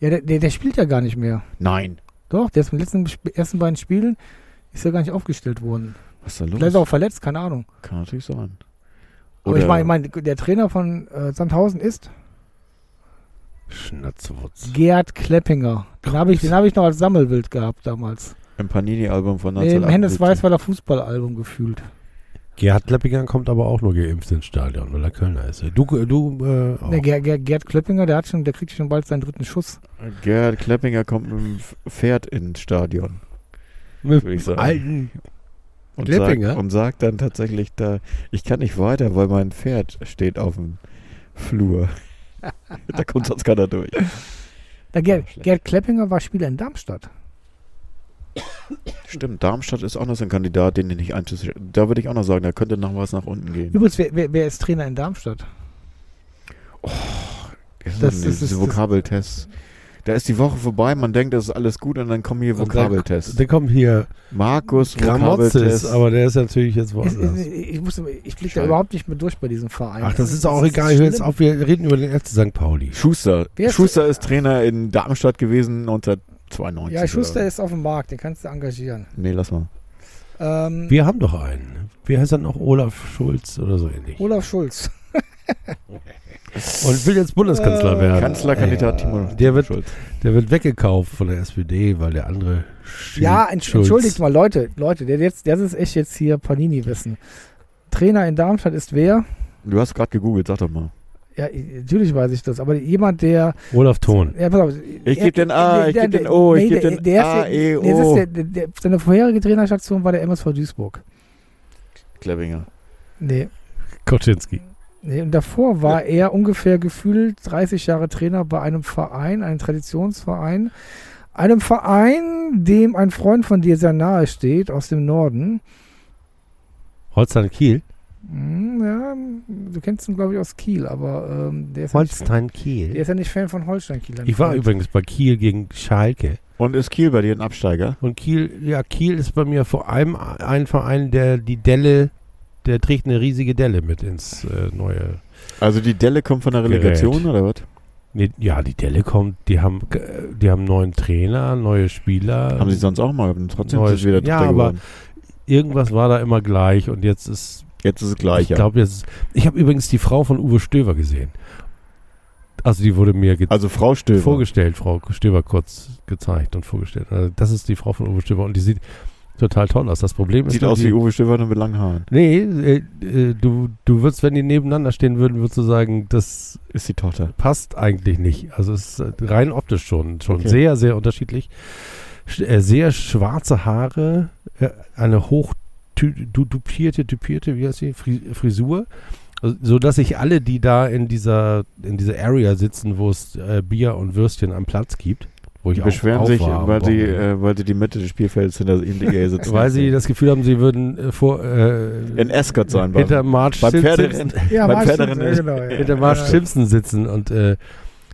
Ja, der, der, der spielt ja gar nicht mehr.
Nein.
Doch, der ist mit den letzten, Sp- ersten beiden Spielen ist ja gar nicht aufgestellt worden.
Was ist da los?
Vielleicht auch verletzt, keine Ahnung.
Kann natürlich sein.
Aber ich meine, ich mein, der Trainer von äh, Sandhausen ist
Schnatzwutz.
Gerd Kleppinger. Den habe ich, den hab ich noch als Sammelbild gehabt damals.
im Panini-Album von
Nee, Im
1978.
Hennes Weißweiler Fußballalbum gefühlt.
Gerhard Leppinger kommt aber auch nur geimpft ins Stadion, weil er Kölner ist. Du, du äh, auch.
Nee, Ger, Ger, Gerd Kleppinger, der, hat schon, der kriegt schon bald seinen dritten Schuss.
Gerhard Kleppinger kommt mit dem F- Pferd ins Stadion.
Mit
würde ich sagen.
alten
Und sagt,
Kleppinger?
und sagt dann tatsächlich da, ich kann nicht weiter, weil mein Pferd steht auf dem Flur. da kommt sonst keiner durch.
Der Ger,
schlecht.
Gerd Kleppinger war Spieler in Darmstadt.
Stimmt, Darmstadt ist auch noch so ein Kandidat, den ich nicht einzuschätzen. Da würde ich auch noch sagen, da könnte noch was nach unten gehen.
Übrigens, wer, wer, wer ist Trainer in Darmstadt? das- das-
diese
das-
Vokabeltests. Da ist die Woche vorbei, man denkt, das ist alles gut und dann kommen hier
Und dann-
Vokabeltests.
Dann kommt hier
Markus
Gramotzes,
Vokabeltest.
aber der ist natürlich jetzt
Ist, ist,
woanders.
ich musste- ich blicke da
Scheiße.
überhaupt nicht mehr durch bei diesem Verein.
Ach, das ist auch egal. Hör jetzt auf, wir reden über den FC St. Pauli.
Schuster.
Wer ist-
Schuster ist Trainer in Darmstadt gewesen 1992.
Ja, Schuster
oder-
ist auf dem Markt, den kannst du engagieren.
Nee, lass mal.
Ähm,
Wir haben doch einen. Wie heißt er noch? Olaf Schulz oder so ähnlich.
Olaf Schulz.
Und will jetzt Bundeskanzler
Äh,
Also,
werden.
Kanzlerkandidat Timo
Der wird-
Schulz.
Ey, Der wird weggekauft von der SPD, weil der andere Schü-
Ja, entsch
Schulz-
entschuldigt mal, Leute, Leute, der jetzt, das ist echt jetzt hier Panini-Wissen. Trainer in Darmstadt ist wer?
Du hast gerade gegoogelt, sag doch mal.
Ja, i- natürlich weiß ich das, aber jemand, der.
Olaf Thon.
Ja, pass auf, er-
geb den A,
der-
ich geb
der-
den O, ich
nee,
geb
der-
den
der ist
A,
ja-
E,
nee, das ist
O.
der- der- der- Seine vorherige Trainerstation war der MSV Duisburg.
Klebinger.
Nee,
Koczynski.
nee, und davor war er ungefähr gefühlt 30 Jahre Trainer bei einem Verein, einem Traditionsverein. Einem Verein, dem ein Freund von dir sehr nahe steht, aus dem Norden.
Holstein Kiel.
Hm, Ja, du kennst ihn, glaube ich, aus Kiel, aber ähm, der, ist ja nicht,
Holstein
der
Kiel.
ist ja nicht Fan von Holstein Kiel.
Ich war übrigens bei Kiel gegen Schalke.
Und ist Kiel bei dir ein Absteiger?
Und Kiel, ja, Kiel ist bei mir vor allem ein Verein, der die Delle, der trägt eine riesige Delle mit ins äh, neue.
Also die Delle kommt von der Relegation
Gerät.
oder was?
Nee, ja, die Delle kommt, die haben, äh, die haben neuen Trainer, neue Spieler.
Haben sie sonst auch mal, und trotzdem
Ähm, Neues
sind sie wieder
Spiel. Ja,
Dritter
aber-
geworden.
Irgendwas war da immer gleich und jetzt ist
Jetzt ist es
Ich
gleicher.
glaube, jetzt. Ich habe übrigens die Frau von Uwe Stöver gesehen. Also die wurde mir ge
also Frau Stöber.
vorgestellt, Frau Stöver kurz gezeigt und vorgestellt. Also das ist die Frau von Uwe Stöver und die sieht total toll aus. Das Problem ist,
Sieht
nur
aus
die,
wie Uwe Stöber nur mit langen Haaren.
Nee, äh, äh, du, du würdest, wenn die nebeneinander stehen würden, würdest du sagen, das
Ist die Tochter.
passt eigentlich nicht. Also es ist äh, rein optisch schon, schon
Okay.
sehr, sehr unterschiedlich. Sch äh, sehr schwarze Haare, äh, eine hoch tü- du dupierte, typierte, wie heißt die, Fri Frisur. Also, so dass sich alle, die da in dieser, in dieser Area sitzen, wo es äh, Bier und Würstchen am Platz gibt, wo ich
Die
auch,
beschweren
auch
sich,
war, am
weil sie,
Wochenende,
äh, weil sie die Mitte des Spielfelds hinter, hinter ihr sitzen.
weil sie das Gefühl haben, sie würden äh, vor äh,
in Eskert sein beim,
hinter March
beim
Simpson-
Pferderennen.
ja,
beim
war
Pferderennen
Simpson,
ist-
genau, ja.
hinter Marsh
Ja.
Simpson sitzen und äh,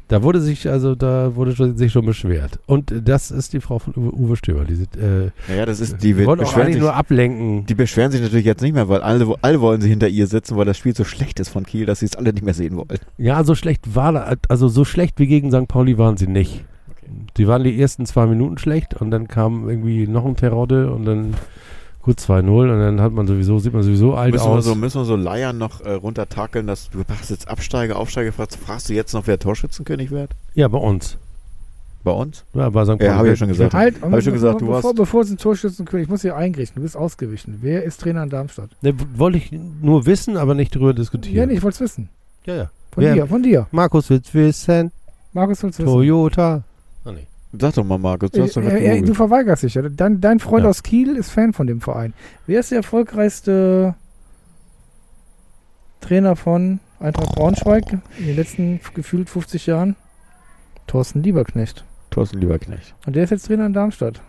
da wurde sich also da wurde schon, sich schon beschwert und äh, das ist die Frau von Uwe, Uwe Stöber die sind, äh,
Naja, das ist, die
wir
wird
wollen auch
beschweren
eigentlich
sich,
nur ablenken
Die beschweren sich natürlich jetzt nicht mehr, weil alle, alle wollen sie hinter ihr sitzen, weil das Spiel so schlecht ist von Kiel, dass sie es alle nicht mehr sehen wollen.
ja so schlecht war da, also so schlecht wie gegen St. Pauli waren sie nicht die waren die ersten zwei Minuten schlecht und dann kam irgendwie noch ein Terodde und dann gut 2-0 und dann hat man sowieso sieht man sowieso alt
Müssen wir,
Halt aus
so, müssen wir so Leiern noch äh, runtertakeln, dass du machst jetzt Absteiger, Aufsteiger, fragst, fragst du jetzt noch, wer Torschützenkönig wird?
ja bei uns
Bei uns?
ja, bei St. Pauli
Ja, habe ich ja schon gesagt.
Halt,
Hab ich schon gesagt, du
bevor,
warst-
bevor es ein Torschützenkönig, ich muss hier eingrichten, du bist ausgewichen. Wer ist Trainer in Darmstadt?
ne, wollte ich nur wissen aber nicht drüber diskutieren
Ja, nee, ich wollte es wissen.
ja, ja.
Von
Wer-
dir, von dir.
Markus will's wissen
Markus will es wissen.
Toyota Ah, nee.
Sag doch mal, Markus, du
Äh,
hast doch gerade
äh, äh, du
gegoogelt.
verweigerst dich ja. Dein, dein Freund
Ja.
aus Kiel ist Fan von dem Verein. Wer ist der erfolgreichste Trainer von Eintracht Braunschweig in den letzten gefühlt 50 Jahren? Thorsten Lieberknecht.
Thorsten Lieberknecht.
Und der ist jetzt Trainer in Darmstadt.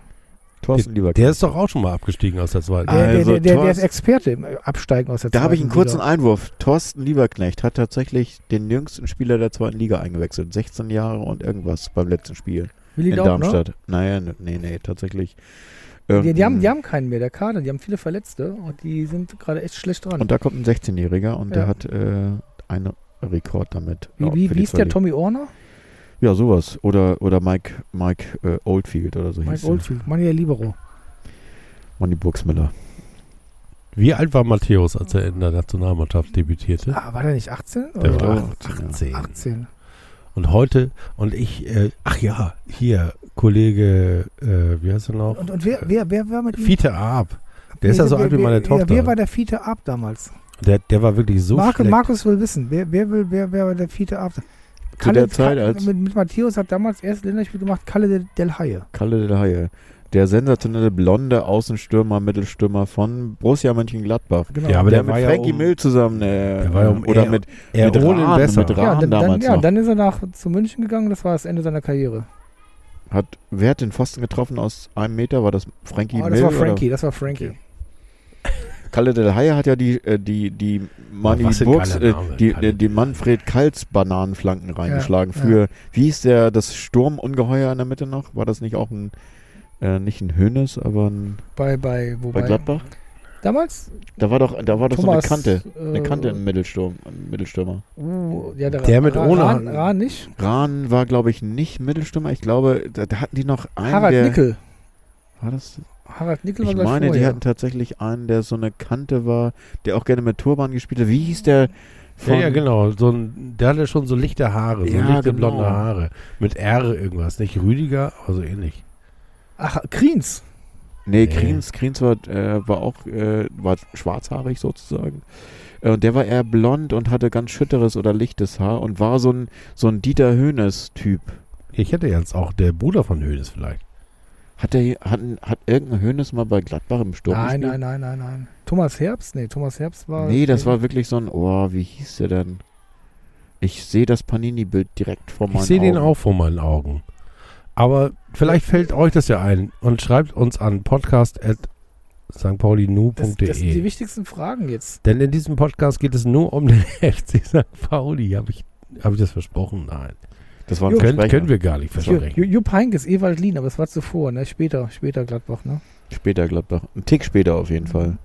Thorsten Lieberknecht.
Der ist doch auch schon mal abgestiegen aus der zweiten.
Der,
Also,
der, der, der, der ist
Thorsten-
Experte im äh, Absteigen aus der
Da habe ich einen
zweiten
kurzen
Liga.
Einwurf. Thorsten Lieberknecht hat tatsächlich den jüngsten Spieler der zweiten Liga eingewechselt. 16 Jahre und irgendwas beim letzten Spiel
Willi
in
Daub,
Darmstadt. Naja, n- nee, nee, tatsächlich. ähm,
Ne? Die, die, haben, die
Irgendein-
haben keinen mehr, der Kader. Die haben viele Verletzte und die sind gerade echt schlecht dran.
Und da kommt ein 16-Jähriger und der
Ja.
hat äh, einen Rekord damit.
wie
Ja,
wie,
für
wie
die
hieß der
zweite-
Tommy Orner?
Ja, sowas. Oder, oder Mike, Mike äh, Oldfield oder so hieß
Mike
der.
Oldfield, Manuel Libero.
Manni Burgsmiller.
Wie alt war Matthäus, als er in der Nationalmannschaft debütierte?
Ah, war der nicht 18?
Der
Oder?
war
Ja.
18.
18.
Und heute, und ich, äh, ach ja, hier, Kollege, äh, wie heißt er noch?
Und, und wer, wer, wer war mit ihm?
äh, Fiete Arp. Der ist
Wer-
ja so
wer-
alt wie
wer-
meine
Ja, wer war
Tochter.
der Fiete Ab damals?
Der, der war wirklich so
Marke,
schlecht.
Markus will wissen, wer, wer, will, wer, wer war der Fiete Ab?
Zu der Zeit als
Mit, mit Matthäus hat damals erst Länderspiel gemacht, Kalle del, del Haie.
Kalle der Haie. Der sensationelle blonde Außenstürmer, Mittelstürmer von Borussia Mönchengladbach.
Genau.
Ja, aber
der,
der war
mit
ja
Frankie
um-
Mill zusammen. Äh,
der war ja um-
oder
er-
mit,
er
mit
ohne
Rahn,
besser.
mit Rahn
ja, dann, dann,
damals
ja
noch.
dann ist er nach zu München gegangen, das war das Ende seiner Karriere.
Hat, wer hat den Pfosten getroffen aus einem Meter? War das Frankie
Oh,
Mill?
das war
oder-
Frankie, das war Frankie.
Kalle Del Haie hat ja die, äh, die, die Mani
was ein
Burgs,
geiler
äh,
Name,
die,
Kalle ne?
die, die Manfred Kals Bananenflanken reingeschlagen
ja.
für, wie hieß der, das Sturmungeheuer in der Mitte noch? War das nicht auch ein, äh, nicht ein Hönes, aber ein,
Bei, bei, wobei.
bei Gladbach?
Damals?
Da war doch, da war doch
Thomas,
so eine Kante. Eine
äh,
Kante im Mittelsturm, im Mittelstürmer.
Uh, ja, der,
Der mit
Ra-
ohne
Rahn,
Hand.
Rahn nicht.
Rahn war, glaube ich, nicht Mittelstürmer. Ich glaube, da, da hatten die noch einen,
Harald
der...
Nickel.
War das,
Harald Nickel war
ich
gleich
meine, die
vorher.
hatten tatsächlich einen, der so eine Kante war, der auch gerne mit Turban gespielt hat. Wie hieß der
Ja, ja, genau. So ein, der hatte schon so lichte Haare, so
Ja,
lichte
genau.
blonde Haare. Mit R irgendwas. Nicht Rüdiger, aber so ähnlich.
Ach, Kriens.
Nee,
Nee.
Kriens, Kriens war, äh, war auch äh, war schwarzhaarig sozusagen. Äh, Und der war eher blond und hatte ganz schütteres oder lichtes Haar und war so ein, so ein Dieter Hönes-Typ.
Ich hätte jetzt auch der Bruder von Hönes vielleicht.
Hat, der, hat, hat irgendein Hönes mal bei Gladbach im Sturm
Nein,
gespielt?
nein, nein, nein, nein. Thomas Herbst? Nee, Thomas Herbst war.
Nee, das war wirklich so ein, oh, wie hieß der denn? Ich sehe das Panini-Bild direkt vor meinen
Ich sehe den
Augen.
auch vor meinen Augen. Aber vielleicht fällt euch das ja ein und schreibt uns an podcast
Das,
at E.
das sind die
stpaulinu.de.
wichtigsten Fragen jetzt.
Denn in diesem Podcast geht es nur um den FC St. Pauli. Habe ich, hab ich das versprochen? Nein.
Das war ein
Können,
Versprecher.
können wir gar nicht
Ju-
versprechen.
Ju- Jupp Heinkes, Ewald Lien, aber das war zuvor, ne? Später, später Gladbach, ne?
Später Gladbach. Ein Tick später auf jeden Fall.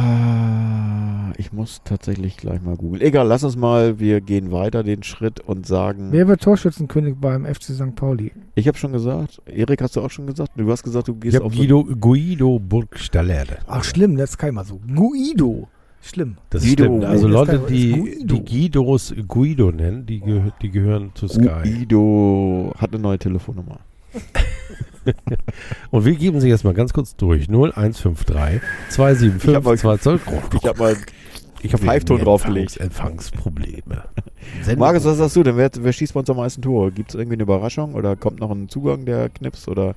Ah, Ich muss tatsächlich gleich mal googeln. Egal, lass uns mal, wir gehen weiter den Schritt und sagen.
Wer wird Torschützenkönig beim FC St. Pauli?
Ich habe schon gesagt, Erik hast du auch schon gesagt, du hast gesagt, du
Ich
gehst
habe
auf
Guido, Guido Burgstallerde.
Ach, schlimm, das kann ich mal so. Guido. Schlimm.
Das
Guido.
stimmt. Also
Das
Leute,
ist
die,
Guido.
die Guidos Guido nennen, die, gehö die gehören zu
so
Sky.
Guido hat eine neue Telefonnummer.
Und wir geben sie jetzt mal ganz kurz durch. 0153
Ich hab mal-
275
Ich
22.
habe mal
Ich hab
Pfeifton
wegen
draufgelegt.
Empfangs Empfangsprobleme.
Markus, was sagst du denn? Wer, wer schießt bei uns am meisten Tore? Gibt es irgendwie eine Überraschung oder kommt noch ein Zugang der Knips oder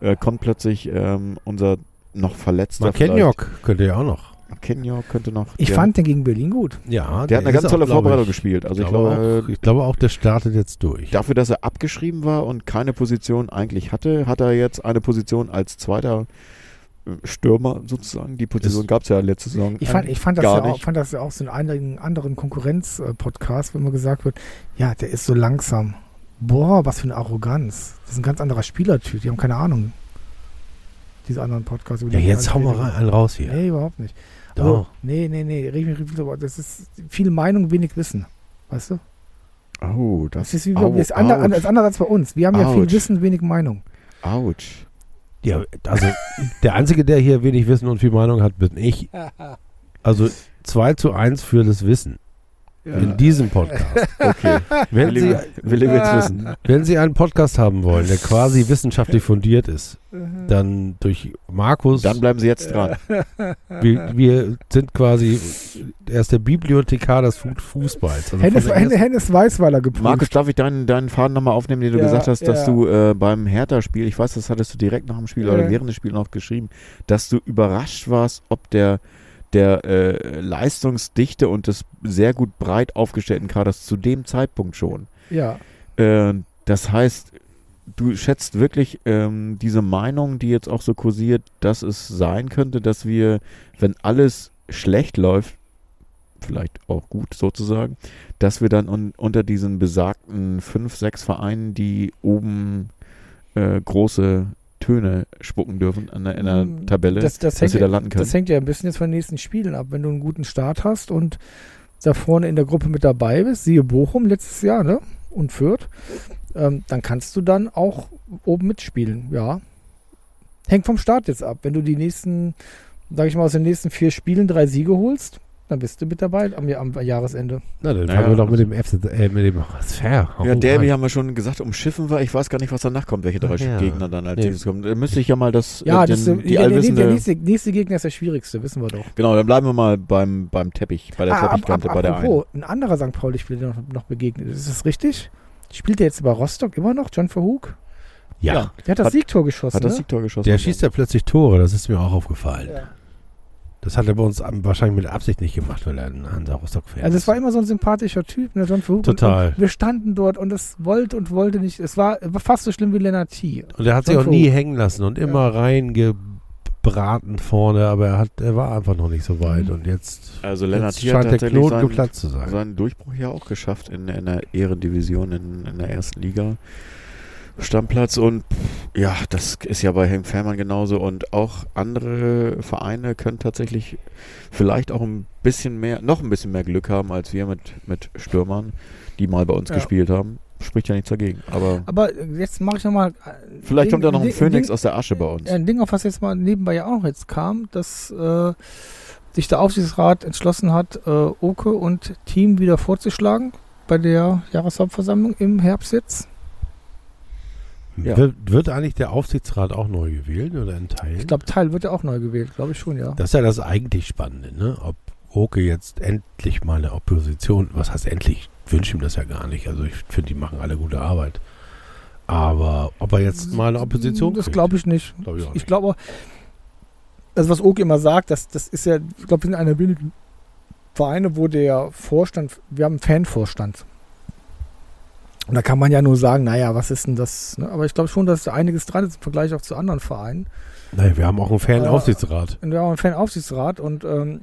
äh, kommt plötzlich ähm, unser noch verletzter
Markenjok könnte ja auch noch.
Kenjok könnte noch.
Ich
der,
fand den gegen Berlin gut.
Ja,
der hat eine
ist
ganz tolle
auch, glaub
Vorbereitung
ich,
gespielt. Also ich
glaube
glaube,
auch, ich glaube auch, der startet jetzt durch.
dafür, dass er abgeschrieben war und keine Position eigentlich hatte, hat er jetzt eine Position als zweiter äh, Stürmer sozusagen. Die Position
Ist-
gab es ja letzte Saison.
Ich fand, ich fand, das,
Gar
ja auch,
nicht.
fand das ja auch so in einigen anderen Konkurrenz-Podcasts, wenn man gesagt wird, ja, der ist so langsam. Boah, was für eine Arroganz. Das ist ein ganz anderer Spielertyp. Die haben keine Ahnung. Diese anderen Podcasts. über
Ja,
die wir
jetzt
halt
hau mal
genau.
reden.
rein, einen raus hier.
Nee, überhaupt nicht.
Doch.
Also, nee, nee, nee. Reg mich, reg mich, aber das ist viel Meinung, wenig Wissen. Weißt du?
oh,
Das
das
ist, wie,
Au,
das ist ander,
ouch.
das ist anders als bei uns. Wir haben ja viel
Ouch.
Wissen, wenig Meinung.
ouch.
Ja, also der Einzige, der hier wenig Wissen und viel Meinung hat, bin ich. Also 2 zu 1 für das Wissen in diesem Podcast.
Okay,
Wenn
Willi
Sie,
Willi will's wissen.
wenn Sie einen Podcast haben wollen, der quasi wissenschaftlich fundiert ist, dann durch Markus,
Dann bleiben Sie jetzt dran.
wir, wir sind quasi, er ist der Bibliothekar des Fu- Fußballs. Also
Hennes,
von der ersten-
Hennes Weißweiler geprüft.
Markus, darf ich deinen, deinen Faden nochmal aufnehmen, den du
Ja,
gesagt hast, dass
ja.
du äh, beim Hertha-Spiel, ich weiß, das hattest du direkt nach dem Spiel oder
Ja.
während des Spiels noch geschrieben, dass du überrascht warst, ob der, der äh, Leistungsdichte und des sehr gut breit aufgestellten Kaders zu dem Zeitpunkt schon.
Ja,
Äh, das heißt, du schätzt wirklich ähm, diese Meinung, die jetzt auch so kursiert, dass es sein könnte, dass wir, wenn alles schlecht läuft, vielleicht auch gut sozusagen, dass wir dann un unter diesen besagten fünf, sechs Vereinen, die oben äh, große Töne spucken dürfen an der, in der
Mm,
Tabelle,
das, das,
dass
hängt,
wir da landen können.
das hängt ja ein bisschen jetzt von den nächsten Spielen ab. Wenn du einen guten Start hast und da vorne in der Gruppe mit dabei bist, siehe Bochum letztes Jahr, ne? Und Fürth, ähm, dann kannst du dann auch oben mitspielen, ja. Hängt vom Start jetzt ab. Wenn du die nächsten, sag ich mal, aus den nächsten vier Spielen drei Siege holst, dann bist du mit dabei am, am Jahresende.
Na, dann
Naja,
fangen wir doch mit
also-
dem FC, äh, mit dem HSV.
Ja, Derby
an.
haben wir schon gesagt, umschiffen wir. Ich weiß gar nicht, was danach kommt, welche drei
Ach ja.
Gegner dann als
Nee.
nächstes kommen. Da müsste ich ja mal das,
Ja,
äh, den,
das ist,
die
der, der,
allwissende...
der nächste, nächste Gegner ist der schwierigste, wissen wir doch.
Genau, dann bleiben wir mal beim, beim Teppich, bei der
Ah,
Teppichkante, bei der einen.
apropos, ein anderer St. Pauli-Spieler, der noch, noch begegnet ist. Ist das richtig? Spielt der jetzt bei Rostock immer noch, John Verhoek?
Ja,
Ja.
Der hat das
Hat-
Siegtor geschossen,
Hat das
ne?
Siegtor geschossen?
der schießt ja plötzlich Tore, das ist mir auch aufgefallen.
Ja.
Das hat er bei uns am- wahrscheinlich mit Absicht nicht gemacht, weil er ein Hansa Rostock-Fan
Also es
ist.
war immer so ein sympathischer Typ, ne, John Verhoek.
Total.
Und, und wir standen dort und es wollte und wollte nicht. Es war, war fast so schlimm wie Lennart T.
Und er hat sich auch
Sonst
nie
wo.
hängen lassen und immer reingebraten vorne, aber er, hat, er war einfach noch nicht so
Mhm.
weit. Und jetzt,
Also Lennart
jetzt
Thiel hat
scheint der
tatsächlich
Knoten
seinen,
geplatzt zu sein.
seinen Durchbruch ja auch geschafft in, in der Ehrendivision, in, in der ersten Liga. Stammplatz und pff, ja, das ist ja bei Henk Fährmann genauso und auch andere Vereine können tatsächlich vielleicht auch ein bisschen mehr, noch ein bisschen mehr Glück haben als wir mit, mit Stürmern, die mal bei uns
Ja.
gespielt haben. Spricht ja nichts dagegen, aber
Aber äh, jetzt mache ich nochmal...
vielleicht kommt ja noch ein Phoenix
Ding,
aus der Asche bei uns.
Ein Ding, auf was jetzt mal nebenbei ja auch noch jetzt kam, dass äh, sich der Aufsichtsrat entschlossen hat, äh, Oke und Team wieder vorzuschlagen bei der Jahreshauptversammlung im Herbst jetzt.
Ja.
Wird, wird eigentlich der Aufsichtsrat auch neu gewählt oder in Teilen?
Mhm.
Ich glaube, Teil wird ja auch neu gewählt, glaube ich schon, ja.
Das ist ja das eigentlich Spannende, ne? Ob Oke jetzt endlich mal eine Opposition, was heißt endlich? Ich wünsche ihm das ja gar nicht. Also ich finde, die machen alle gute Arbeit. Aber ob er jetzt mal eine Opposition
Das
kriegt,
glaube ich nicht.
glaub ich auch nicht.
Ich glaube, also was Oki immer sagt, das, das ist ja, ich glaube, wir sind einer der wenigen Vereine, wo der Vorstand, wir haben einen Fanvorstand. Und da kann man ja nur sagen, naja, was ist denn das? ne? Aber ich glaube schon, dass da einiges dran ist im Vergleich auch zu anderen Vereinen.
Nein, wir haben auch einen Fernaufsichtsrat.
Und wir haben auch einen Fanaufsichtsrat und ähm,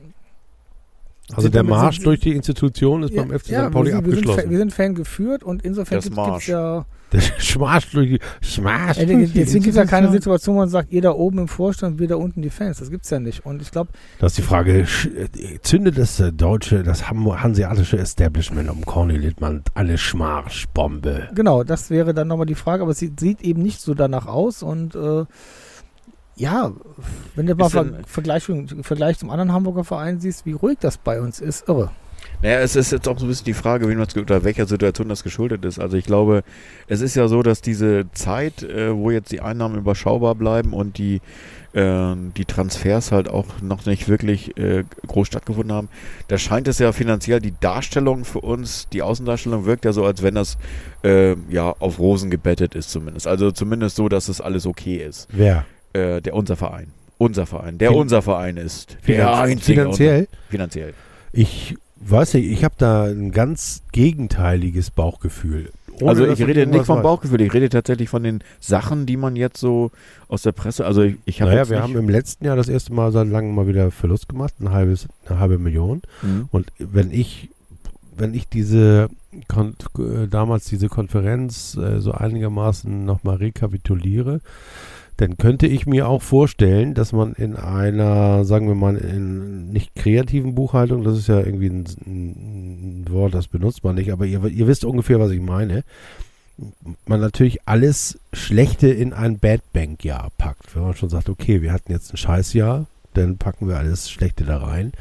Also
sind
der
damit-
Marsch
sind-
durch die Institution ist
ja,
beim FC
ja,
St. Pauli
wir sind, Wir sind, Fan-
abgeschlossen.
wir sind Fan geführt und insofern
Das
gibt es
Marsch.
ja
Der Schmarsch durch die Schmarsch
Ey,
durch die
deswegen gibt es ja keine
Institution.
Situation, wo man sagt, ihr da oben im Vorstand, wir da unten die Fans. Das gibt es ja nicht. Und ich glaube,
Das ist die Frage, sch- äh, zündet das äh, deutsche, das ham- hanseatische Establishment um Corny Littmann eine Schmarschbombe?
genau, das wäre dann nochmal die Frage. Aber es sieht, sieht eben nicht so danach aus. Und äh, ja, wenn du mal
Ist
Ver
denn-
Vergleich, Vergleich zum anderen Hamburger Verein siehst, wie ruhig das bei uns ist, irre.
Naja, es ist jetzt auch so ein bisschen die Frage, wen man's ge- oder welcher Situation das geschuldet ist. Also ich glaube, es ist ja so, dass diese Zeit, äh, wo jetzt die Einnahmen überschaubar bleiben und die, äh, die Transfers halt auch noch nicht wirklich äh, groß stattgefunden haben, da scheint es ja finanziell die Darstellung für uns, die Außendarstellung wirkt ja so, als wenn das äh, ja auf Rosen gebettet ist zumindest. Also zumindest so, dass es alles okay ist.
Wer?
Äh, der unser Verein. Unser Verein, der
Fin-
unser Verein ist. Der
Finanz-
einzige
finanziell?
Unser, finanziell.
Ich weiß nicht, ich habe da ein ganz gegenteiliges Bauchgefühl. Ohne,
also
dass
ich rede
irgendwas
nicht vom
weiß.
Bauchgefühl, ich rede tatsächlich von den Sachen, die man jetzt so aus der Presse, also ich, ich habe
Naja,
jetzt
wir haben
nicht,
im letzten Jahr das erste Mal seit langem mal wieder Verlust gemacht, ein halbes, eine halbe Million.
Mhm.
Und wenn ich, wenn ich diese Kon äh, damals diese Konferenz äh, so einigermaßen nochmal rekapituliere, dann könnte ich mir auch vorstellen, dass man in einer, sagen wir mal, in nicht kreativen Buchhaltung, das ist ja irgendwie ein, ein Wort, das benutzt man nicht, aber ihr, ihr wisst ungefähr, was ich meine, man natürlich alles Schlechte in ein Bad Bank-Jahr packt. Wenn man schon sagt, okay, wir hatten jetzt ein Scheißjahr, dann packen wir alles Schlechte da rein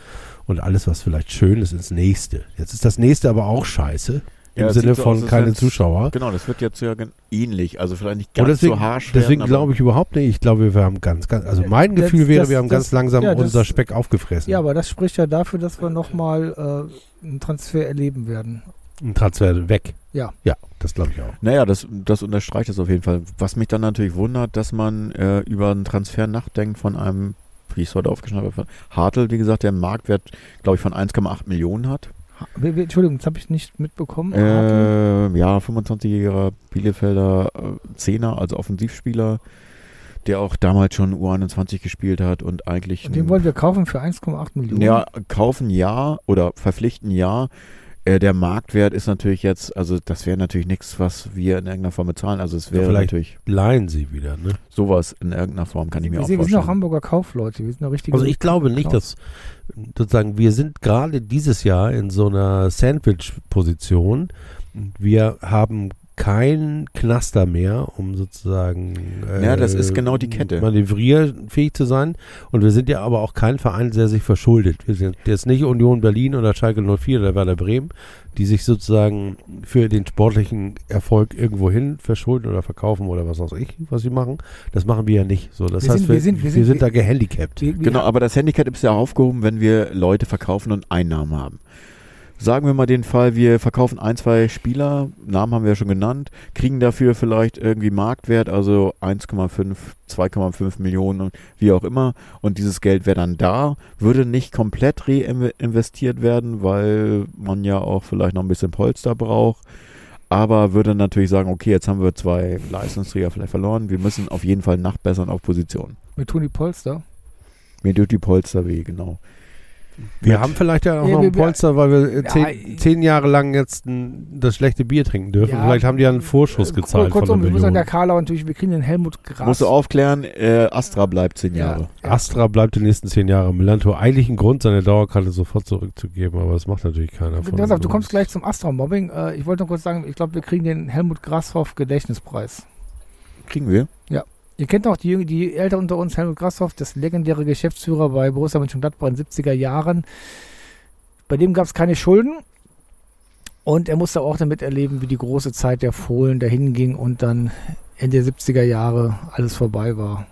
und alles, was vielleicht schön ist, ins nächste. Jetzt ist das nächste aber auch scheiße. Im
Ja, es
Sinne
sieht so
von
aus, als
keine
wenn's-
Zuschauer.
Genau, das wird jetzt ja gen- ähnlich, also vielleicht nicht
Und
ganz
deswegen,
so harsch
deswegen
werden,
glaube ich überhaupt nicht. Ich glaube, wir haben ganz, ganz, also mein
Das-
Gefühl wäre,
das-
wir haben
das-
ganz langsam
ja, das-
unser Speck aufgefressen.
Ja, aber das spricht ja dafür, dass wir nochmal äh, einen Transfer erleben werden.
Ein Transfer weg.
Ja.
Ja, das glaube ich auch.
Naja, das, das unterstreicht es auf jeden Fall. Was mich dann natürlich wundert, dass man äh, über einen Transfer nachdenkt von einem wie ich es heute aufgeschnappt habe. Hartl, wie gesagt, der einen Marktwert, glaube ich, von 1,8 Millionen hat.
Wie- wie- Entschuldigung, das habe ich nicht
Äh,
mitbekommen. Ah, Hartl.
Ähm, ja, 25-jähriger Bielefelder äh, Zehner, also Offensivspieler, der auch damals schon U21 gespielt hat und eigentlich.
Und den
ein-
wollen wir kaufen für 1,8 Millionen.
ja, kaufen ja oder verpflichten ja. Äh, der Marktwert ist natürlich jetzt, also das wäre natürlich nichts, was wir in irgendeiner Form bezahlen. Also es
Ja,
wäre
vielleicht.
natürlich
Leihen sie wieder, ne?
sowas in irgendeiner Form, kann ich mir
wir,
auch
sind, wir sind auch
vorstellen.
Hamburger Kaufleute. Wir sind auch richtige.
Also ich glaube nicht,
Genau.
dass sozusagen wir sind gerade dieses Jahr in so einer Sandwich-Position. Wir haben keinen Knaster mehr, um sozusagen äh,
Ja, das ist genau die Kette.
manövrierfähig zu sein. Und wir sind ja aber auch kein Verein, der sich verschuldet. Wir sind jetzt nicht Union Berlin oder Schalke 04 oder Werder Bremen, die sich sozusagen für den sportlichen Erfolg irgendwohin verschulden oder verkaufen oder was weiß ich, was sie machen. Das machen wir ja nicht. So, das
Wir
heißt,
sind-
wir,
wir sind- wir
wir
sind-
sind da gehandicapt.
Wir- wir-
Genau, aber das Handicap ist ja aufgehoben, wenn wir Leute verkaufen und Einnahmen haben. Sagen wir mal den Fall, wir verkaufen ein, zwei Spieler, Namen haben wir ja schon genannt, kriegen dafür vielleicht irgendwie Marktwert, also 1,5, 2,5 Millionen und wie auch immer. Und dieses Geld wäre dann da, würde nicht komplett reinvestiert werden, weil man ja auch vielleicht noch ein bisschen Polster braucht. Aber würde natürlich sagen, okay, jetzt haben wir zwei Leistungsträger vielleicht verloren, wir müssen auf jeden Fall nachbessern auf Position.
Mit Toni Polster.
Mir tut die Polster weh, genau.
Wir
Mit-
haben vielleicht ja auch
Ja,
noch
wir-
ein Polster, weil wir äh,
Ja,
zehn,
ich-
zehn Jahre lang jetzt n, das schlechte Bier trinken dürfen.
Ja.
vielleicht haben die ja einen Vorschuss gezahlt
Äh, Kur-
von
Kurzum,
einer
ich muss sagen, der
Million.
Karlauer natürlich, wir kriegen den Helmut Gras.
Musst du aufklären, äh, Astra bleibt zehn
Ja.
Jahre.
Ja.
Astra bleibt die nächsten zehn Jahre. Milan hat eigentlich einen Grund, seine Dauerkarte sofort zurückzugeben, aber das macht natürlich keiner von
Pass auf, du
uns.
kommst gleich zum Astra-Mobbing. Äh, Ich wollte nur kurz sagen, ich glaube, wir kriegen den Helmut Grashoff Gedächtnispreis.
Kriegen wir.
Ihr kennt auch die, Jüng- die Älter unter uns, Helmut Grashoff, das legendäre Geschäftsführer bei Borussia Mönchengladbach in den 70er Jahren. Bei dem gab es keine Schulden und er musste auch damit erleben, wie die große Zeit der Fohlen dahin ging und dann Ende der 70er Jahre alles vorbei war.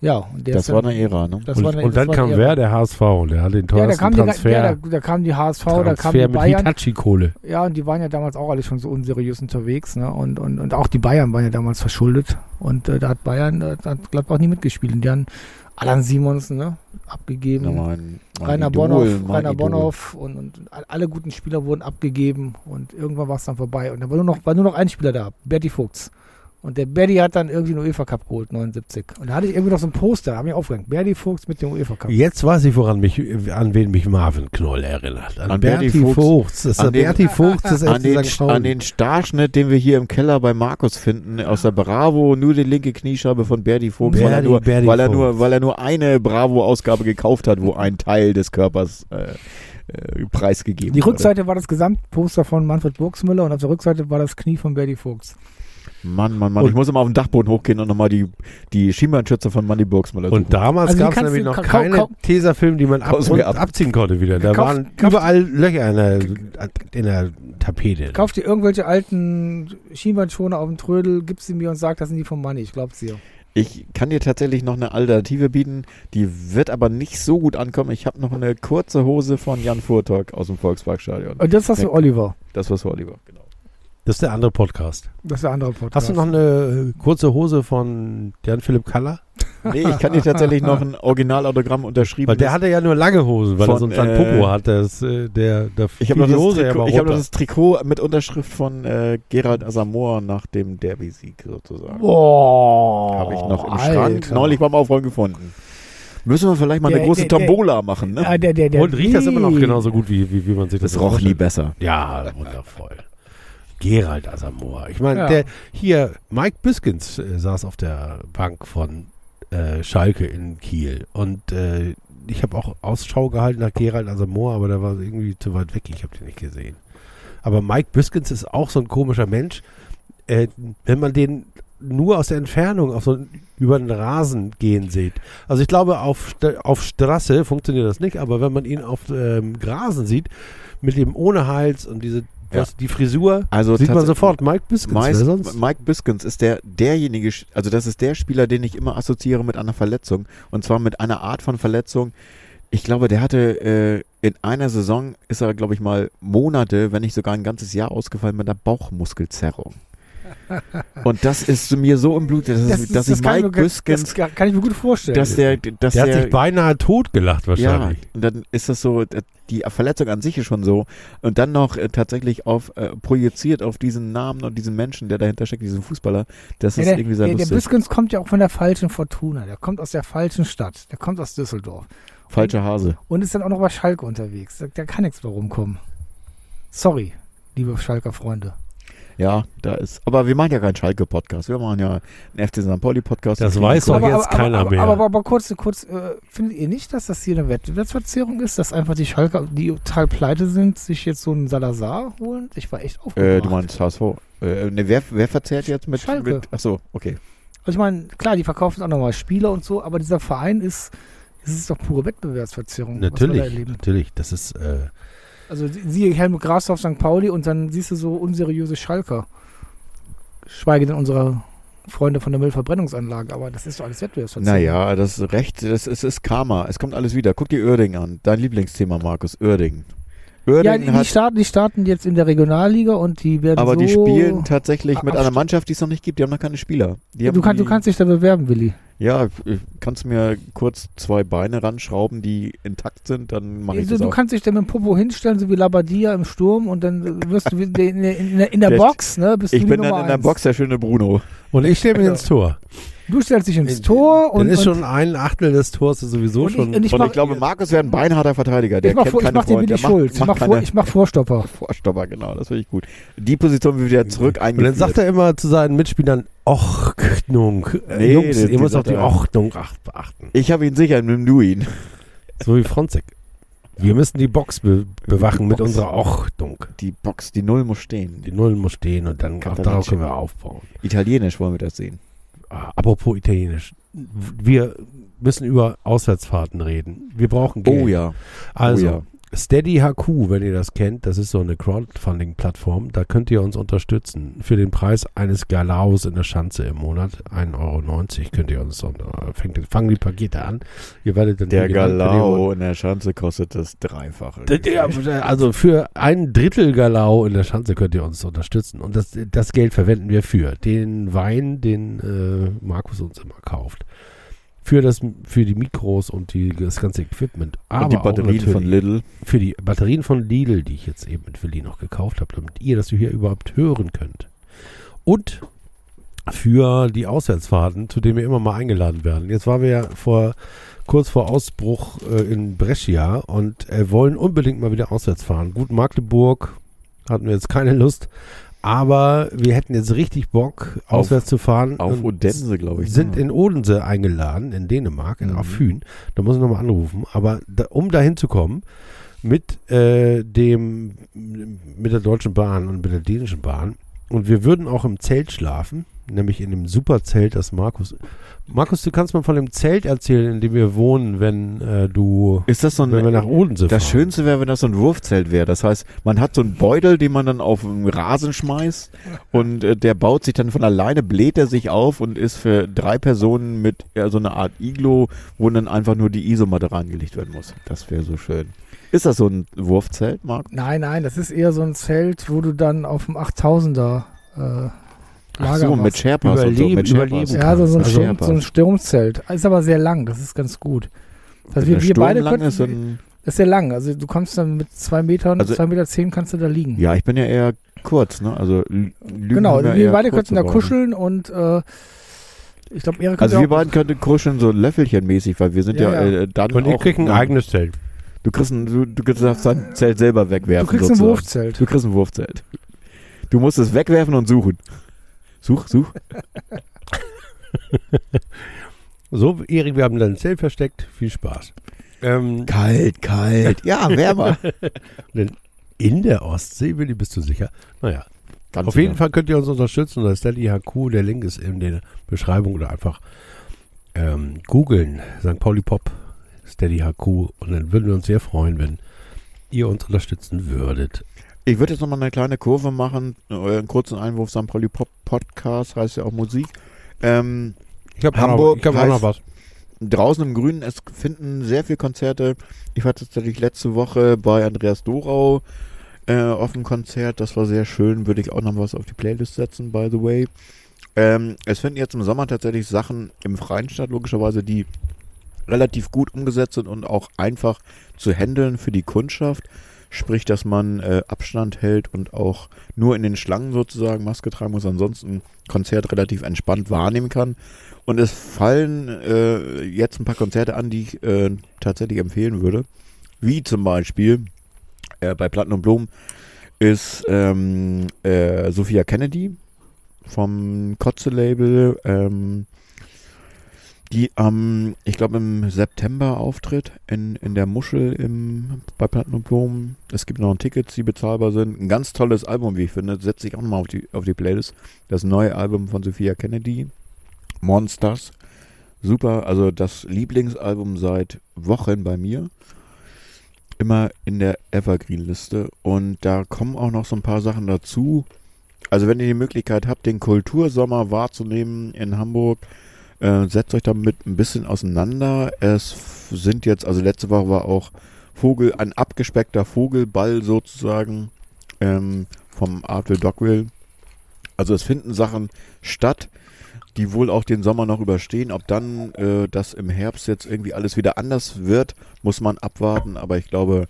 Ja, und der ist
Das
dann-
war eine Ära, ne?
das
Und,
war eine-
und
das
dann
war
kam
eine-
wer? Der HSV. Und der hat
Ja,
den
da
teuersten
kam, die,
Transfer.
ja, da, da kam die HSV, da kam
Transfer
die
mit
Bayern.
Hitachi-Kohle.
Ja, und die waren ja damals auch alle schon so unseriös unterwegs. Ne? Und, und, und auch die Bayern waren ja damals verschuldet. Und äh, da hat Bayern, äh, da hat Gladbach nie mitgespielt. Und die haben Alan Simonsen ne? abgegeben.
Ja, mein- mein
Rainer
Idol,
Bonhoff,
mein
Rainer
Idol.
Bonhoff und, und all- alle guten Spieler wurden abgegeben und irgendwann war es dann vorbei. Und da war nur noch, war nur noch ein Spieler da, Berti Vogts. Und der Berti hat dann irgendwie den UEFA Cup geholt, 79. Und da hatte ich irgendwie noch so ein Poster, da habe ich aufgehängt. Berti Vogts mit dem UEFA Cup.
Jetzt weiß ich, woran mich, an wen mich Marvin Knoll erinnert. An,
An
Berti
Berti
Vogts. Das ist
An
der
den-
Berti Vogts des
An den,
FC St.
an
Pauli.
den Starschnitt, den wir hier im Keller bei Markus finden, aus der Bravo, nur die linke Kniescheibe von Berdi Vogt, weil, er
Berdi-
nur,
Berdi
weil, er nur,
Vogt.
weil er nur eine Bravo-Ausgabe gekauft hat, wo ein Teil des Körpers äh, äh, preisgegeben
Die
wurde.
Rückseite war das Gesamtposter von Manfred Burgsmüller und auf der Rückseite war das Knie von Berti Vogts.
Mann, Mann, Mann, ich muss immer auf den Dachboden hochgehen und nochmal die, die Schienbeinschütze von Mandy Burgsmüller
Und damals
Also die
gab es
kannst
nämlich
du
noch
ka-
keine
kaum-
Tesafilm, die man ab
Kaufst du
und
mir ab.
abziehen konnte wieder. Da
Kauf-
waren
kauf-
überall Löcher in der, in der Tapete.
Kauft ihr irgendwelche alten Schienbeinschoner auf dem Trödel, gib sie mir und sagt, das sind die von Money. Ich glaub's dir.
Ich kann dir tatsächlich noch eine Alternative bieten, die wird aber nicht so gut ankommen. Ich habe noch eine kurze Hose von Jan Furtok aus dem Volksparkstadion.
Und das hast du Oliver.
Das war's wohl lieber. Genau.
Das ist der andere Podcast.
Das ist der andere Podcast.
Hast du noch eine äh, kurze Hose von Jan-Philipp Kaller?
Nee, ich kann dir tatsächlich noch ein Originalautogramm unterschrieben.
Weil der hatte ja nur lange Hosen, weil er
Von,
sonst einen
äh,
Popo hat. Das, äh, der, der
ich habe noch,
die
das
Hose ja
Trikot-
mal
ich hab noch
runter.
das Trikot mit Unterschrift von äh, Gerald Asamoah nach dem Derby-Sieg sozusagen.
Boah.
Habe
Oh,
ich noch im
Alter.
Schrank neulich beim Aufräumen gefunden. Müssen wir vielleicht mal
Der-
eine große
der- der-
Tombola machen, ne?
Ah, der, der, der
Und riecht das immer noch
Lee.
genauso gut, wie, wie, wie man sich das
das roch nie
vorstellt?
besser.
Ja, wundervoll. Gerald Asamoah. Ich meine,
Ja.
der hier, Mike Biskins äh, saß auf der Bank von äh, Schalke in Kiel. Und äh, ich habe auch Ausschau gehalten nach Gerald Asamoah, aber der war irgendwie zu weit weg. Ich habe den nicht gesehen. Aber Mike Biskins ist auch so ein komischer Mensch. Äh, wenn man den nur aus der Entfernung auf so einen- über den Rasen gehen sieht. Also ich glaube, auf, St- auf Straße funktioniert das nicht, aber wenn man ihn auf ähm, Grasen sieht, mit dem ohne Hals und diese
Ja.
was, die Frisur,
Also
sieht man
tats-
sofort Mike Biskins. wer
Meist,
sonst?
Mike Biskins ist der derjenige, Sch- also das ist der Spieler, den ich immer assoziiere mit einer Verletzung. Und zwar mit einer Art von Verletzung. Ich glaube, der hatte äh, in einer Saison ist er, glaube ich, mal Monate, wenn nicht sogar ein ganzes Jahr ausgefallen mit einer Bauchmuskelzerrung. Und das ist mir so im Blut, dass, es- dass ich
kann
Mike
mir ge-
Biskens,
das kann kann ich mir gut vorstellen.
dass der, dass
Der hat
der,
sich beinahe totgelacht
ja,
wahrscheinlich.
und dann ist das so, äh, die Verletzung an sich ist schon so. Und dann noch äh, tatsächlich auf, äh, projiziert auf diesen Namen und diesen Menschen, der dahinter steckt, diesen Fußballer, das
Ja,
ist
der,
irgendwie sehr
der, der
lustig.
Biskens kommt ja auch von der falschen Fortuna. Der kommt aus der falschen Stadt. Der kommt aus Düsseldorf.
Falscher Hase.
Und ist dann auch noch bei Schalke unterwegs. Da, da kann nichts mehr rumkommen. Sorry, liebe Schalker Freunde.
Ja, da ist. Aber wir machen ja keinen Schalke-Podcast. Wir machen ja einen FC St. Pauli-Podcast.
Das
Und
weiß
gucken-
doch jetzt keiner
aber,
mehr.
Aber, aber, aber kurz, kurz äh, findet ihr nicht, dass das hier eine Wettbewerbsverzerrung ist, dass einfach die Schalker, die total pleite sind, sich jetzt so einen Salazar holen? Ich war echt aufgeregt.
Äh, du meinst HSV. Äh, ne, wer, wer verzehrt jetzt mit
Schalke.
Mit, achso, okay.
Also ich meine, klar, die verkaufen auch nochmal Spieler und so, aber dieser Verein ist, es ist doch pure Wettbewerbsverzerrung. Was wir da
Natürlich,
erleben.
natürlich. Das ist äh,
Also sie- siehe Helmut Grasdorf, St. Pauli und dann siehst du so unseriöse Schalker. Schweige denn unsere Freunde von der Müllverbrennungsanlage, aber das ist doch alles Wettbewerbsverzerrung.
Naja, das ist recht. Das ist, ist Karma. Es kommt alles wieder. Guck dir Oerding an. Dein Lieblingsthema, Markus. Oerding.
Ja,
Oerding
die, die
hat.
starten, die starten jetzt in der Regionalliga und die werden
Aber
so...
die spielen tatsächlich mit
Abst-
einer Mannschaft, die es noch nicht gibt. Die haben noch keine Spieler. Die haben
du, kann,
die,
du kannst dich da bewerben, Willi.
Ja, äh, kannst mir kurz zwei Beine ranschrauben, die intakt sind, dann mache ich
Also,
das
du
auch.
kannst dich da mit dem Popo hinstellen, so wie Labadia im Sturm und dann wirst du in der, in der- in der, in der
Der-
Box, ne? Bist du
Ich
die
bin
Nummer
dann in der
eins.
Box der schöne Bruno.
und ich stehe mir ins Tor.
Du stellst dich
Äh,
ins Tor und,
Also, Dann ist
und
schon ein Achtel des Tors ist sowieso
Und ich-
schon.
und ich
und
mach-
ich glaube, Markus wäre ein beinharter Verteidiger. Der
ich mach,
kennt
vor, ich
keine
mach dir
Freunde.
Willi
Der macht-
Schulz. Ich
macht
mach,
keine
vor, ich mach Vorstopper.
Vorstopper, genau. Das finde ich gut. Die Position wird wieder zurück
und dann
eingeführt.
sagt er immer zu seinen Mitspielern Ordnung. Äh,
Nee,
Jungs,
die-
ihr
die
müsst auf
sagt
die
er-
Ordnung acht- beachten.
ich habe ihn sicher, nimm du ihn.
So wie Fronzek. Wir müssen die Box be bewachen
Die
mit
Box.
unserer Ordnung.
Die Box, die Null muss stehen.
Die Null muss stehen und dann
Kann
auch
dann
darauf
nicht
können wir aufbauen.
Italienisch wollen wir das sehen.
Ah, Apropos Italienisch. Wir müssen über Auswärtsfahrten reden. Wir brauchen Geld.
Oh ja.
Also,
oh ja.
Steady HQ, wenn ihr das kennt, das ist so eine Crowdfunding-Plattform. Da könnt ihr uns unterstützen. Für den Preis eines Galaos in der Schanze im Monat, 1,90 Euro, könnt ihr uns, unter- fängt, fangen die Pakete an. Ihr werdet dann
Der
hier genannt, wenn ihr-
Galao in der Schanze kostet das Dreifache.
D- der- Also für ein Drittel Galau in der Schanze könnt ihr uns unterstützen. Und das, das Geld verwenden wir für den Wein, den äh, Markus uns immer kauft. Für, das, für die Mikros und die, das ganze Equipment. Aber
Und die
auch
Batterien
natürlich
von Lidl.
für die Batterien von Lidl, die ich jetzt eben mit Willi noch gekauft habe, damit ihr das hier überhaupt hören könnt. Und für die Auswärtsfahrten, zu denen wir immer mal eingeladen werden. Jetzt waren wir ja vor, kurz vor Ausbruch äh, in Brescia und äh, wollen unbedingt mal wieder auswärts fahren. Gut, Magdeburg hatten wir jetzt keine Lust, aber wir hätten jetzt richtig Bock,
Auf-
auswärts zu fahren.
Auf
und
Odense, glaube ich.
ähm,
ne?
sind
ja.
in Odense eingeladen, in Dänemark, in
Mhm.
Afyn. Da muss ich nochmal anrufen. Aber da, um dahin zu kommen, mit äh, dem, mit der Deutschen Bahn und mit der Dänischen Bahn. Und wir würden auch im Zelt schlafen, nämlich in dem Superzelt, das Markus. Markus, du kannst mal von dem Zelt erzählen, in dem wir wohnen, wenn äh, du,
Ist das so ein.
wenn wir nach Odense fahren.
das Schönste wäre, wenn das so ein Wurfzelt wäre. Das heißt, man hat so einen Beutel, den man dann auf den Rasen schmeißt und äh, der baut sich dann von alleine, bläht er sich auf und ist für drei Personen mit äh, so einer Art Iglo, wo dann einfach nur die Isomatte reingelegt werden muss. Das wäre so schön. Ist das so ein Wurfzelt, Marc?
Nein, nein, das ist eher so ein Zelt, wo du dann auf dem 8000er äh,
Ach
Lager
so, mit
machst.
Sherpas und so.
Überleben-
Mit Sherpas.
Überleben-
Ja, so, so, ein
Also-
Sturm, so ein Sturmzelt. Ist aber sehr lang, das ist ganz gut. Also wir,
Eine
wir beide
Stundenlang
könnten,
ist so ein-
ist sehr lang. Also du kommst dann mit zwei Metern,
Also-
zwei Meter zehn kannst du da liegen.
ja, ich bin ja eher kurz, ne? Also Lü- Lügen
genau,
haben ja
wir,
eher
beide
kurze
könnten da
Beine.
kuscheln und äh, ich glaube, Erik
Also
könnte
wir beiden könnten kuscheln so löffelchenmäßig, weil wir sind ja,
Ja, ja.
Äh, dann
Und ihr
auch,
kriegt ein eigenes Zelt.
Du kriegst ein, du, du darfst dein Zelt selber
auch, du
wegwerfen.
kriegst ein
sozusagen.
Wurfzelt.
Du kriegst ein Wurfzelt. Du musst es wegwerfen und suchen. Such, such.
So, Erik, wir haben dein Zelt versteckt. Viel Spaß. Ähm,
Kalt, kalt. Ja, wärmer.
in der Ostsee, Willi, bist du sicher? Naja,
Ganz
Auf jeden
sicher.
Fall könnt ihr uns unterstützen unter Steady HQ. Der Link ist in der Beschreibung oder einfach ähm, googeln. St. Pauli Pop, Steady HQ. Und dann würden wir uns sehr freuen, wenn ihr uns unterstützen würdet.
Ich würde jetzt nochmal eine kleine Kurve machen, äh, einen kurzen Einwurf, St. Pauli Pop Podcast, heißt ja auch Musik. Ähm,
Ich habe
Hamburg
ich hab auch noch
heißt-
was.
draußen im Grünen, es finden sehr viele Konzerte. Ich war tatsächlich letzte Woche bei Andreas Dorau äh, auf dem Konzert. Das war sehr schön. Würde ich auch noch was auf die Playlist setzen, by the way. Ähm, es finden jetzt im Sommer tatsächlich Sachen im Freien statt, logischerweise, die relativ gut umgesetzt sind und auch einfach zu handeln für die Kundschaft. Sprich, dass man äh, Abstand hält und auch nur in den Schlangen sozusagen Maske tragen muss, ansonsten Konzert relativ entspannt wahrnehmen kann. Und es fallen äh, jetzt ein paar Konzerte an, die ich äh, tatsächlich empfehlen würde. Wie zum Beispiel äh, bei Platten und Blumen ist ähm, äh, Sophia Kennedy vom Kotze-Label, ähm, die am, ich glaube, im September auftritt in, in der Muschel im, bei Platten und Blumen. Es gibt noch Tickets, die bezahlbar sind. Ein ganz tolles Album, wie ich finde. Setze ich auch nochmal auf die, auf die Playlist. Das neue Album von Sophia Kennedy, Monsters. Super, also das Lieblingsalbum seit Wochen bei mir immer in der Evergreen-Liste und da kommen auch noch so ein paar Sachen dazu. Also wenn ihr die Möglichkeit habt, den Kultursommer wahrzunehmen in Hamburg, äh, setzt euch damit ein bisschen auseinander. Es f- sind jetzt, also letzte Woche war auch Vogel, ein abgespeckter Vogelball sozusagen ähm, vom Artwill Dogwill. Also es finden Sachen statt, die wohl auch den Sommer noch überstehen. Ob dann äh, das im Herbst jetzt irgendwie alles wieder anders wird, muss man abwarten, aber ich glaube,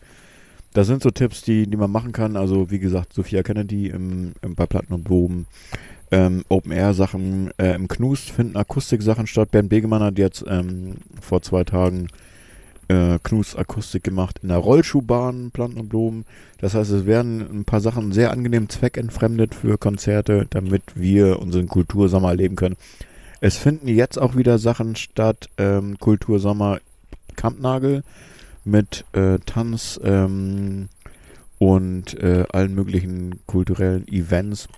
das sind so Tipps, die, die man machen kann. Also wie gesagt, Sophia Kennedy im, im, bei Platten und Blumen, ähm, Open-Air-Sachen, äh, im Knust finden Akustik-Sachen statt. Bernd Begemann hat jetzt ähm, vor zwei Tagen äh, Knust-Akustik gemacht in der Rollschuhbahn, Platten und Blumen. Das heißt, es werden ein paar Sachen sehr angenehm zweckentfremdet für Konzerte, damit wir unseren Kultursommer erleben können. Es finden jetzt auch wieder Sachen statt, ähm, Kultursommer Kampnagel mit äh, Tanz ähm, und äh, allen möglichen kulturellen Events,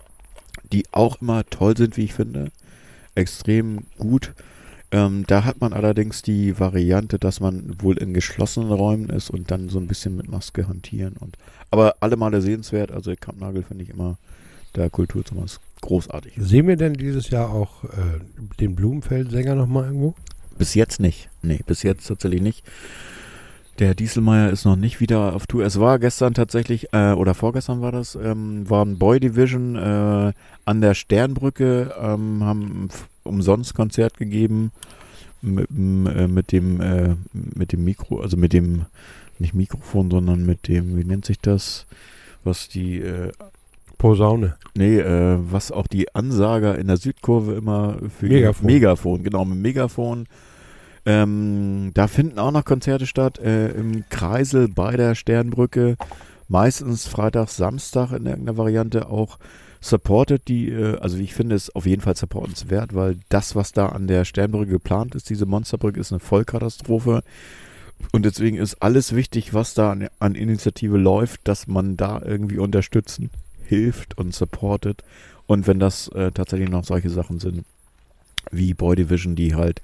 die auch immer toll sind, wie ich finde. Extrem gut. Ähm, da hat man allerdings die Variante, dass man wohl in geschlossenen Räumen ist und dann so ein bisschen mit Maske hantieren. Und, aber alle Male sehenswert. Also Kampnagel finde ich immer, der Kulturzimmer ist großartig.
Sehen wir denn dieses Jahr auch äh, den Blumenfeld-Sänger nochmal irgendwo?
Bis jetzt nicht. Nee, bis jetzt tatsächlich nicht. Der Dieselmeier ist noch nicht wieder auf Tour. Es war gestern tatsächlich, äh, oder vorgestern war das, ähm, waren Boy Division äh, an der Sternbrücke, ähm, haben ein f- umsonst Konzert gegeben mit, dem, äh, mit dem äh, mit dem Mikro, also mit dem, nicht Mikrofon, sondern mit dem, wie nennt sich das, was die äh,
Posaune.
Nee, äh, was auch die Ansager in der Südkurve immer für
Megafon.
Megafon, genau, mit Megafon. Ähm, da finden auch noch Konzerte statt, äh, im Kreisel bei der Sternbrücke. Meistens Freitag, Samstag in irgendeiner Variante auch supported die, äh, also ich finde es auf jeden Fall supportenswert, weil das, was da an der Sternbrücke geplant ist, diese Monsterbrücke, ist eine Vollkatastrophe. Und deswegen ist alles wichtig, was da an, an Initiative läuft, dass man da irgendwie unterstützen hilft und supportet. Und wenn das äh, tatsächlich noch solche Sachen sind, wie Boy Division, die halt,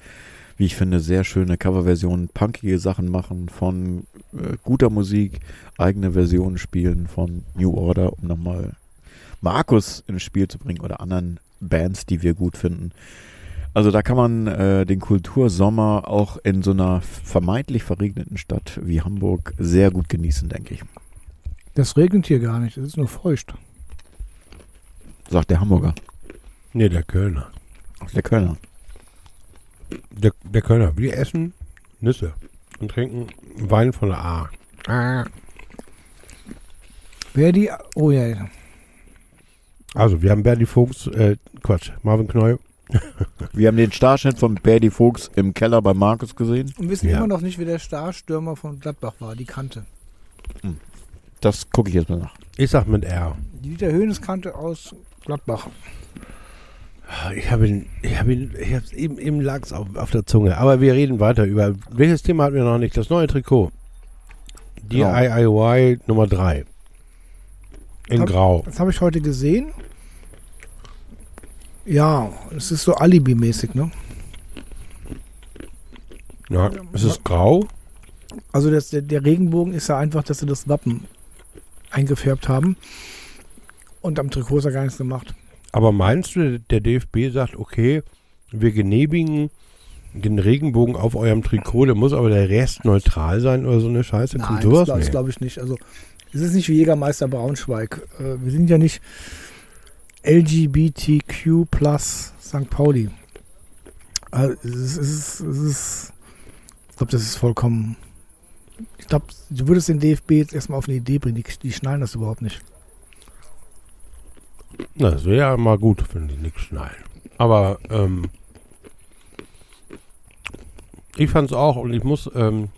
wie ich finde, sehr schöne Coverversionen, punkige Sachen machen von äh, guter Musik, eigene Versionen spielen von New Order, um nochmal Markus ins Spiel zu bringen oder anderen Bands, die wir gut finden. Also da kann man äh, den Kultursommer auch in so einer vermeintlich verregneten Stadt wie Hamburg sehr gut genießen, denke ich.
Das regnet hier gar nicht, es ist nur feucht.
Sagt der Hamburger,
Nee, der Kölner.
der Kölner.
Der, der Kölner. Wir essen Nüsse und trinken Wein von der A.
Wer die. Oh ja, ja.
Also, wir haben Bernie Fuchs, äh, Quatsch, Marvin Knoll.
Wir haben den Starschnitt von Berdi Fuchs im Keller bei Markus gesehen.
Und wissen
Ja.
immer noch nicht, wer der Starstürmer von Gladbach war, die Kante.
Das gucke ich jetzt mal nach.
Ich sag mit R.
Die Dieter Höhnes Kante aus Gladbach.
Ich habe ihn, ich habe ihn, ich habe eben, eben lag's auf, auf der Zunge. Aber wir reden weiter über, welches Thema hatten wir noch nicht? Das neue Trikot.
Genau.
DIY Nummer 3. In
Hab-
Grau.
Das habe ich heute gesehen. Ja, es ist so Alibi-mäßig, ne?
Ja, es ist grau.
Also das, der, der Regenbogen ist ja einfach, dass sie das Wappen eingefärbt haben. Und am Trikot ist ja gar nichts gemacht.
Aber meinst du, der DFB sagt, okay, wir genehmigen den Regenbogen auf eurem Trikot, der muss aber der Rest neutral sein oder so eine Scheiße?
Nein,
sowas?
das, glaub- das
Nee.
glaube ich nicht. Also Es ist nicht wie Jägermeister Braunschweig. Äh, wir sind ja nicht LGBTQ plus St. Pauli. Äh, es ist, es ist, es ist, ich glaube, das ist vollkommen. Ich glaube, du würdest den DFB jetzt erstmal auf eine Idee bringen. Die, die schnallen das überhaupt nicht.
Na, Das wäre ja immer gut, wenn die nichts schneiden. Aber ähm, ich fand es auch und ich muss ähm,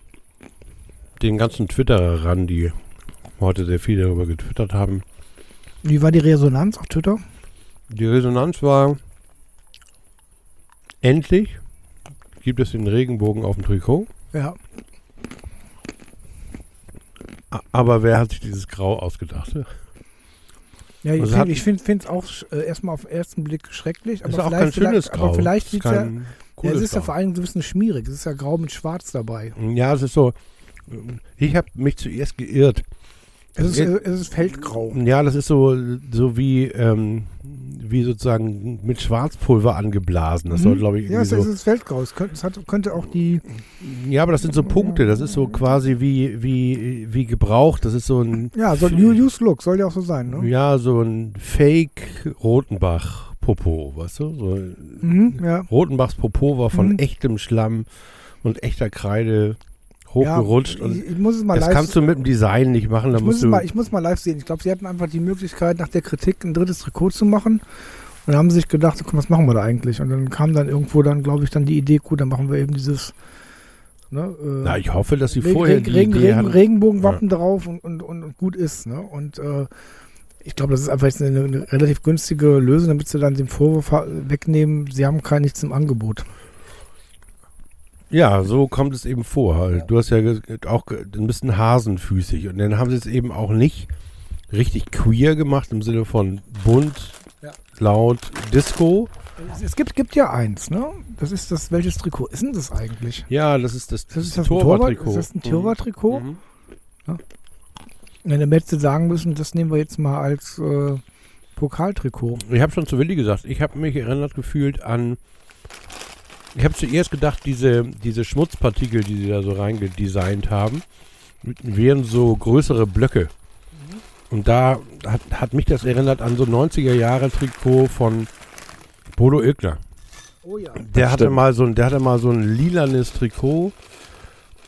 den ganzen Twitterer ran, die heute sehr viel darüber getwittert haben.
Wie war die Resonanz auf Twitter?
Die Resonanz war, endlich gibt es den Regenbogen auf dem Trikot.
Ja.
A- Aber wer hat sich dieses Grau ausgedacht?
Ja, ich
Also
finde
hat-
es find, find's auch sch- äh, erstmal auf den ersten Blick schrecklich, aber
ist auch
vielleicht,
kein schönes
vielleicht,
Grau.
aber vielleicht
ist
sieht's ja,
kein
ja, es
cooles
ist ja
Grau.
vor allem so ein bisschen schmierig. Es ist ja grau mit schwarz dabei.
Ja, es ist so. Ich habe mich zuerst geirrt.
Es ist,
Ja.
es ist feldgrau.
Ja, das ist so, so wie, ähm, wie sozusagen mit Schwarzpulver angeblasen. Das soll, glaube ich,
Mhm. Ja, es,
irgendwie
ist-
so.
es ist feldgrau. Es könnte, es hat, könnte auch die.
Ja, aber das sind so Punkte. Das ist so quasi wie, wie, wie gebraucht. Das ist so ein.
Ja, so ein New Use Look soll ja auch so sein, ne?
Ja, so ein Fake-Rotenbach-Popo, weißt du? So,
Mhm, ja.
Rotenbachs Popo war von
Mhm.
echtem Schlamm und echter Kreide hochgerutscht.
Ja,
und
ich, ich muss es mal
das
live
kannst du mit dem Design nicht machen. Da
ich, muss
musst
es
du.
mal, ich muss mal live sehen. Ich glaube, sie hatten einfach die Möglichkeit, nach der Kritik ein drittes Trikot zu machen. Und haben sich gedacht, komm, was machen wir da eigentlich? Und dann kam dann irgendwo dann, glaube ich, dann die Idee, gut, dann machen wir eben dieses. Ne, äh,
Na, ich hoffe, dass sie
Regen-
vorher
Regen-
die
Regen-
Idee
Regen-
hatten.
Regenbogenwappen drauf und, und, und, und gut ist. Ne? Und äh, ich glaube, das ist einfach jetzt eine, eine relativ günstige Lösung, damit sie dann den Vorwurf ha- wegnehmen, sie haben kein nichts im Angebot.
Ja, so kommt es eben vor. halt. Du hast ja ge- auch ge- ein bisschen hasenfüßig. Und dann haben sie es eben auch nicht richtig queer gemacht im Sinne von bunt,
Ja.
laut, Disco.
Es, es gibt, gibt ja eins, ne? Das ist das, welches Trikot ist denn das eigentlich?
Ja, das ist das,
Das ist das
das
ein
Torwarttrikot.
Torwart- Ist das ein
Mhm.
Torwarttrikot?
Mhm.
Wenn der Metze sagen müssen, das nehmen wir jetzt mal als äh, Pokaltrikot.
Ich habe schon zu Willi gesagt, ich habe mich erinnert gefühlt an. Ich habe zuerst gedacht, diese, diese Schmutzpartikel, die sie da so reingedesignt haben, wären so größere Blöcke. Und da hat, hat mich das erinnert an so 90er-Jahre-Trikot von Bodo Ilgner.
Oh ja.
Der hatte,
Stimmt.
mal so ein, der hatte mal so ein lilanes Trikot,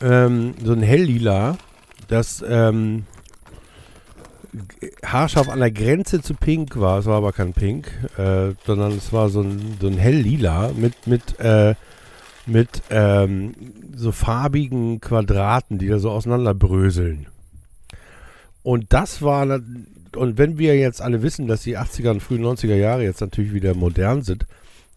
ähm, so ein helllila, das ähm, g- haarscharf an der Grenze zu pink war. Es war aber kein pink, äh, sondern es war so ein, so ein helllila mit, mit, äh, mit ähm, so farbigen Quadraten, die da so auseinanderbröseln. Und das war, na- und wenn wir jetzt alle wissen, dass die 80er und frühen 90er Jahre jetzt natürlich wieder modern sind,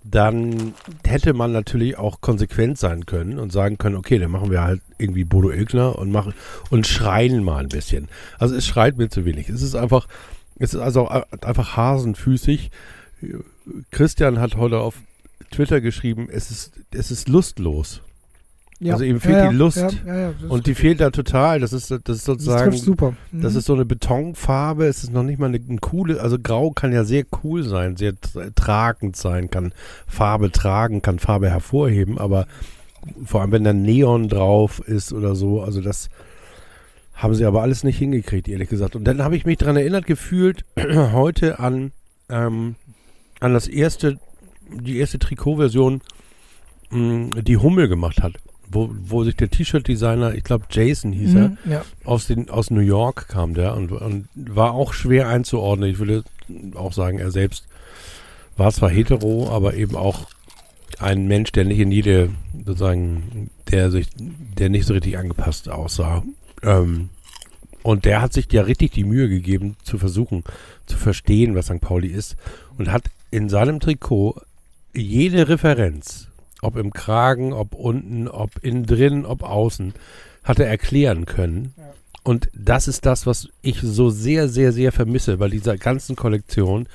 dann hätte man natürlich auch konsequent sein können und sagen können, okay, dann machen wir halt irgendwie Bodo Ilgner und machen und schreien mal ein bisschen. Also es schreit mir zu wenig. Es ist einfach, es ist also a- einfach hasenfüßig. Christian hat heute auf Twitter geschrieben, es ist, es ist lustlos. Also ihm fehlt
ja,
die Lust.
Ja, ja, ja, das,
Und die fehlt da total. Das ist, das ist
das
sozusagen,
trifft super. Mhm.
das ist so eine Betonfarbe, es ist noch nicht mal eine, eine coole, also grau kann ja sehr cool sein, sehr tra- tragend sein, kann Farbe tragen, kann Farbe hervorheben, aber vor allem wenn da Neon drauf ist oder so, also das haben sie aber alles nicht hingekriegt, ehrlich gesagt. Und dann habe ich mich daran erinnert gefühlt, heute an, ähm, an das erste, die erste Trikotversion, mh, die Hummel gemacht hat. Wo, wo sich der T-Shirt-Designer, ich glaube Jason hieß er,
mhm. ja.
aus, den, aus New York kam der und, und war auch schwer einzuordnen. Ich würde auch sagen, er selbst war zwar hetero, aber eben auch ein Mensch, der nicht in jede, sozusagen, der sich, der nicht so richtig angepasst aussah. Ähm, und der hat sich ja richtig die Mühe gegeben, zu versuchen, zu verstehen, was St. Pauli ist. Und hat in seinem Trikot jede Referenz, ob im Kragen, ob unten, ob innen drin, ob außen, hat er erklären können. Und das ist das, was ich so sehr, sehr, sehr vermisse bei dieser ganzen Kollektion.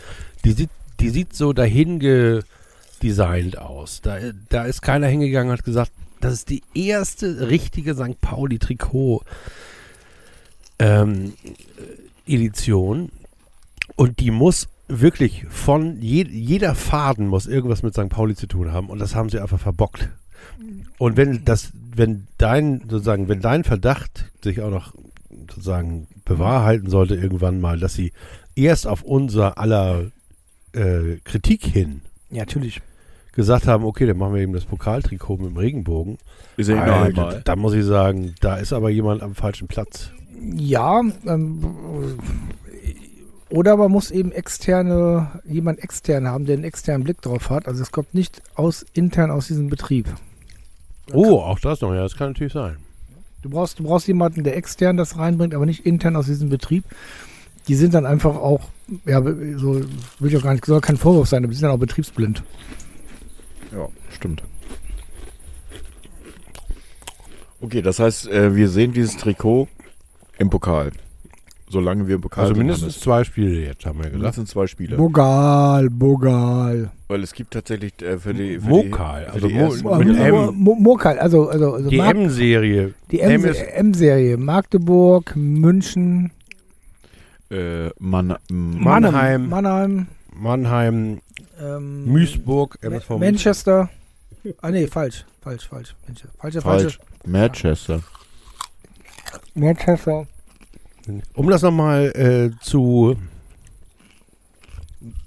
Die sieht, die sieht so dahin gedesignt aus. Da, da ist keiner hingegangen und hat gesagt, das ist die erste richtige St. Pauli-Trikot. Ähm, Edition und die muss wirklich von je, jeder Faden muss irgendwas mit St. Pauli zu tun haben und das haben sie einfach verbockt. Und wenn das, wenn dein sozusagen, wenn dein Verdacht sich auch noch sozusagen bewahrheiten sollte irgendwann mal, dass sie erst auf unser aller äh, Kritik hin
Ja, natürlich.
gesagt haben, okay, dann machen wir eben das Pokaltrikot mit dem Regenbogen.
Ist ja
Alter,
noch einmal.
Da muss ich sagen, da ist aber jemand am falschen Platz.
Ja, ähm, oder man muss eben externe, jemand extern haben, der einen externen Blick drauf hat. Also es kommt nicht aus intern aus diesem Betrieb.
Oh, auch das noch, ja, das kann natürlich sein.
Du brauchst, du brauchst jemanden, der extern das reinbringt, aber nicht intern aus diesem Betrieb. Die sind dann einfach auch, ja, so will ich auch gar nicht, soll kein Vorwurf sein, aber die sind dann auch betriebsblind.
Ja, stimmt. Okay, das heißt, äh, wir sehen dieses Trikot im Pokal. Solange wir im Pokal
Also
sind,
mindestens zwei Spiele jetzt, haben wir
haben wir-
gesagt.
mindestens zwei Spiele.
Bogal, Bogal.
Weil es gibt tatsächlich äh, für die. Für
Mokal,
die,
also
die
Mo-
ersten-
mit
Mo- Mo-
M.
Mo- Mokal, also, also, also
Die
Mark-
M-Serie.
die M-
M ist-
M-Serie. Magdeburg, München,
Äh, Mann, m-
Ma- Mannheim.
Mannheim,
Mannheim,
ähm,
Duisburg, MSV
Ma- Manchester. Ah, nee, falsch. Falsch, falsch. Manchester. Falsche, falsche.
falsch. Manchester.
Manchester.
Um das nochmal äh, zu,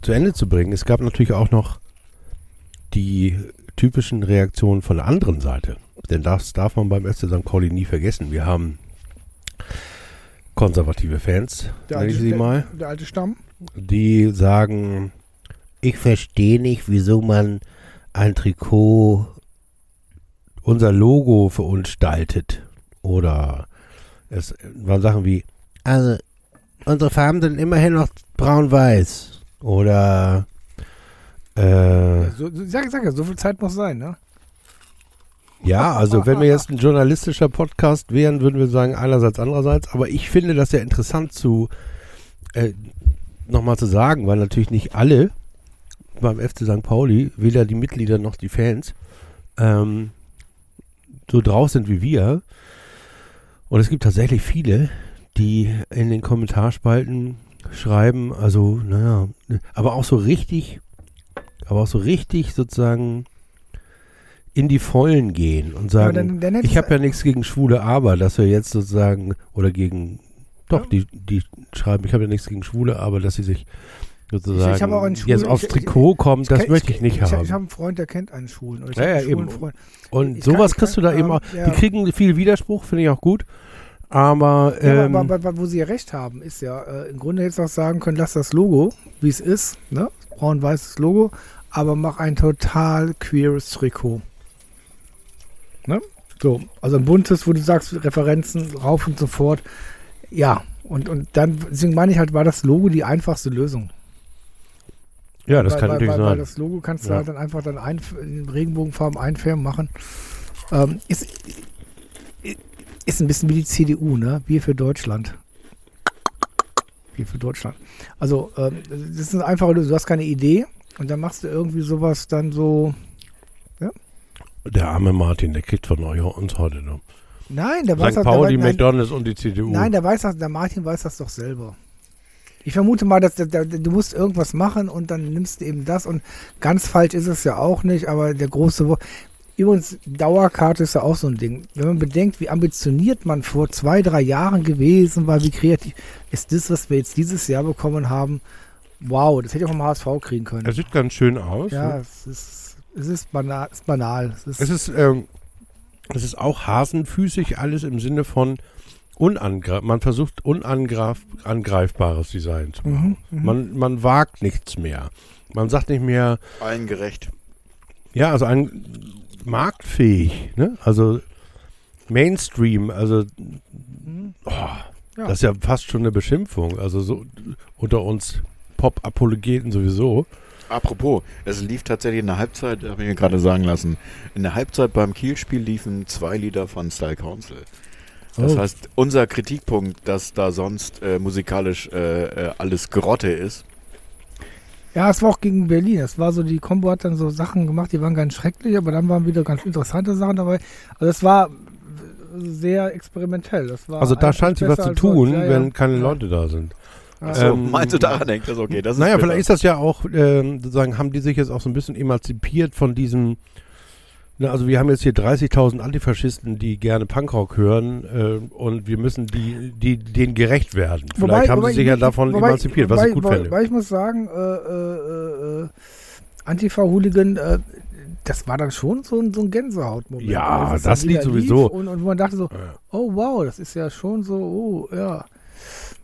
zu Ende zu bringen, es gab natürlich auch noch die typischen Reaktionen von der anderen Seite. Denn das darf man beim FC St. Pauli nie vergessen. Wir haben konservative Fans, nenne ich sie mal,
der alte Stamm.
die sagen, ich verstehe nicht, wieso man ein Trikot, unser Logo verunstaltet. Oder es waren Sachen wie, also unsere Farben sind immerhin noch braun-weiß. Oder äh,
Ja, so, so, sag, sag ja, so viel Zeit muss sein, ne?
Ja, also wenn wir jetzt ein journalistischer Podcast wären, würden wir sagen einerseits, andererseits. Aber ich finde das ja interessant zu äh, nochmal zu sagen, weil natürlich nicht alle beim FC St. Pauli, weder die Mitglieder noch die Fans, ähm, so drauf sind wie wir. Und es gibt tatsächlich viele, die in den Kommentarspalten schreiben, also naja, aber auch so richtig, aber auch so richtig sozusagen in die Vollen gehen und
Aber
sagen,
dann- dann hättest
ich habe
du-
ja nichts gegen Schwule, aber dass wir jetzt sozusagen, oder gegen, doch, die, die schreiben, ich habe ja nichts gegen Schwule, aber dass sie sich sozusagen
habe auch einen
jetzt
Schwulen-
aufs
ich- ich-
Trikot kommen, das
kann-
möchte ich nicht
ich,
haben.
Ich habe einen Freund, der kennt einen Schwulen. Oder ich
Ja,
hab einen
ja,
schwulen
eben.
Freund.
und
ich kann-
sowas
ich
kriegst
kann-
du da eben
ähm,
auch.
ja.
Die kriegen viel Widerspruch, finde ich auch gut. Aber,
Ja, aber-
ähm,
aber, aber wo sie ja recht haben, ist ja, äh, im Grunde hättest du auch sagen können, lass das Logo, wie es ist, ne? Braun-weißes Logo, aber mach ein total queeres Trikot. Ne? So, also ein buntes, wo du sagst, Referenzen rauf und so fort. Ja, und, und dann, deswegen meine ich halt, war das Logo die einfachste Lösung.
ja, das
weil,
kann
weil,
natürlich
weil, Weil
sein.
das Logo kannst du
Ja.
halt dann einfach dann ein, in Regenbogenfarben einfärben machen. Ähm, ist, ist ein bisschen wie die CDU, ne? Bier für Deutschland. Bier für Deutschland. Also, ähm, das ist eine einfache Lösung. Du hast keine Idee und dann machst du irgendwie sowas dann so.
der arme Martin, der kriegt von euch uns heute noch.
Nein, der weiß
St.
doch,
Pauli,
der, weiß- nein,
McDonalds und die CDU.
nein, der weiß das, der Martin weiß das doch selber. Ich vermute mal, dass der, der, du musst irgendwas machen und dann nimmst du eben das und ganz falsch ist es ja auch nicht, aber der große Wurf. Übrigens, Dauerkarte ist ja auch so ein Ding. Wenn man bedenkt, wie ambitioniert man vor zwei, drei Jahren gewesen war, wie kreativ ist das, was wir jetzt dieses Jahr bekommen haben. Wow, das hätte ich auch vom HSV kriegen können.
das sieht ganz schön aus.
ja, es ist, es ist banal. Es ist banal. Es ist,
Es ist, ähm, es ist auch hasenfüßig alles im Sinne von unangreif. Man versucht unangreifbares Design zu machen.
Mhm,
man, man wagt nichts mehr. Man sagt nicht mehr,
Allen gerecht.
Ja, also ein marktfähig, ne? Also Mainstream, also oh,
Mhm. Ja.
das ist ja fast schon eine Beschimpfung. Also so unter uns Pop-Apologeten sowieso.
Apropos, es lief tatsächlich in der Halbzeit, habe ich mir gerade sagen lassen, in der Halbzeit beim Kielspiel liefen zwei Lieder von Style Council. Das
Oh.
heißt, unser Kritikpunkt, dass da sonst äh, musikalisch äh, äh, alles Grotte ist.
Ja, es war auch gegen Berlin. Es war so, die Combo hat dann so Sachen gemacht, die waren ganz schrecklich, aber dann waren wieder ganz interessante Sachen dabei. Also es war sehr experimentell. Das war
Also da
Ah, eigentlich
scheint sich was
besser
zu
als sonst.
tun,
Ja, ja.
wenn keine
Ja.
Leute da sind.
Ja.
So,
Ähm,
meinst du daran hängt das okay? Das ist
naja,
bitter.
vielleicht ist das ja auch, ähm, sozusagen, haben die sich jetzt auch so ein bisschen emanzipiert von diesem, Na, also wir haben jetzt hier 30.000 Antifaschisten, die gerne Punkrock hören äh, und wir müssen die, die, denen gerecht werden. Vielleicht
Wobei-
haben
wobei
sie sich ja
ich-
davon
wobei-
emanzipiert, was
wobei,
ich gut
wobei,
fände.
Weil ich muss sagen, äh, äh, äh, äh, Antifa-Hooligan, äh, das war dann schon so ein, so ein Gänsehautmoment.
Ja,
Als es dann
das Lied
wieder lief
sowieso.
Und, und man dachte so, oh wow, das ist ja schon so, oh ja.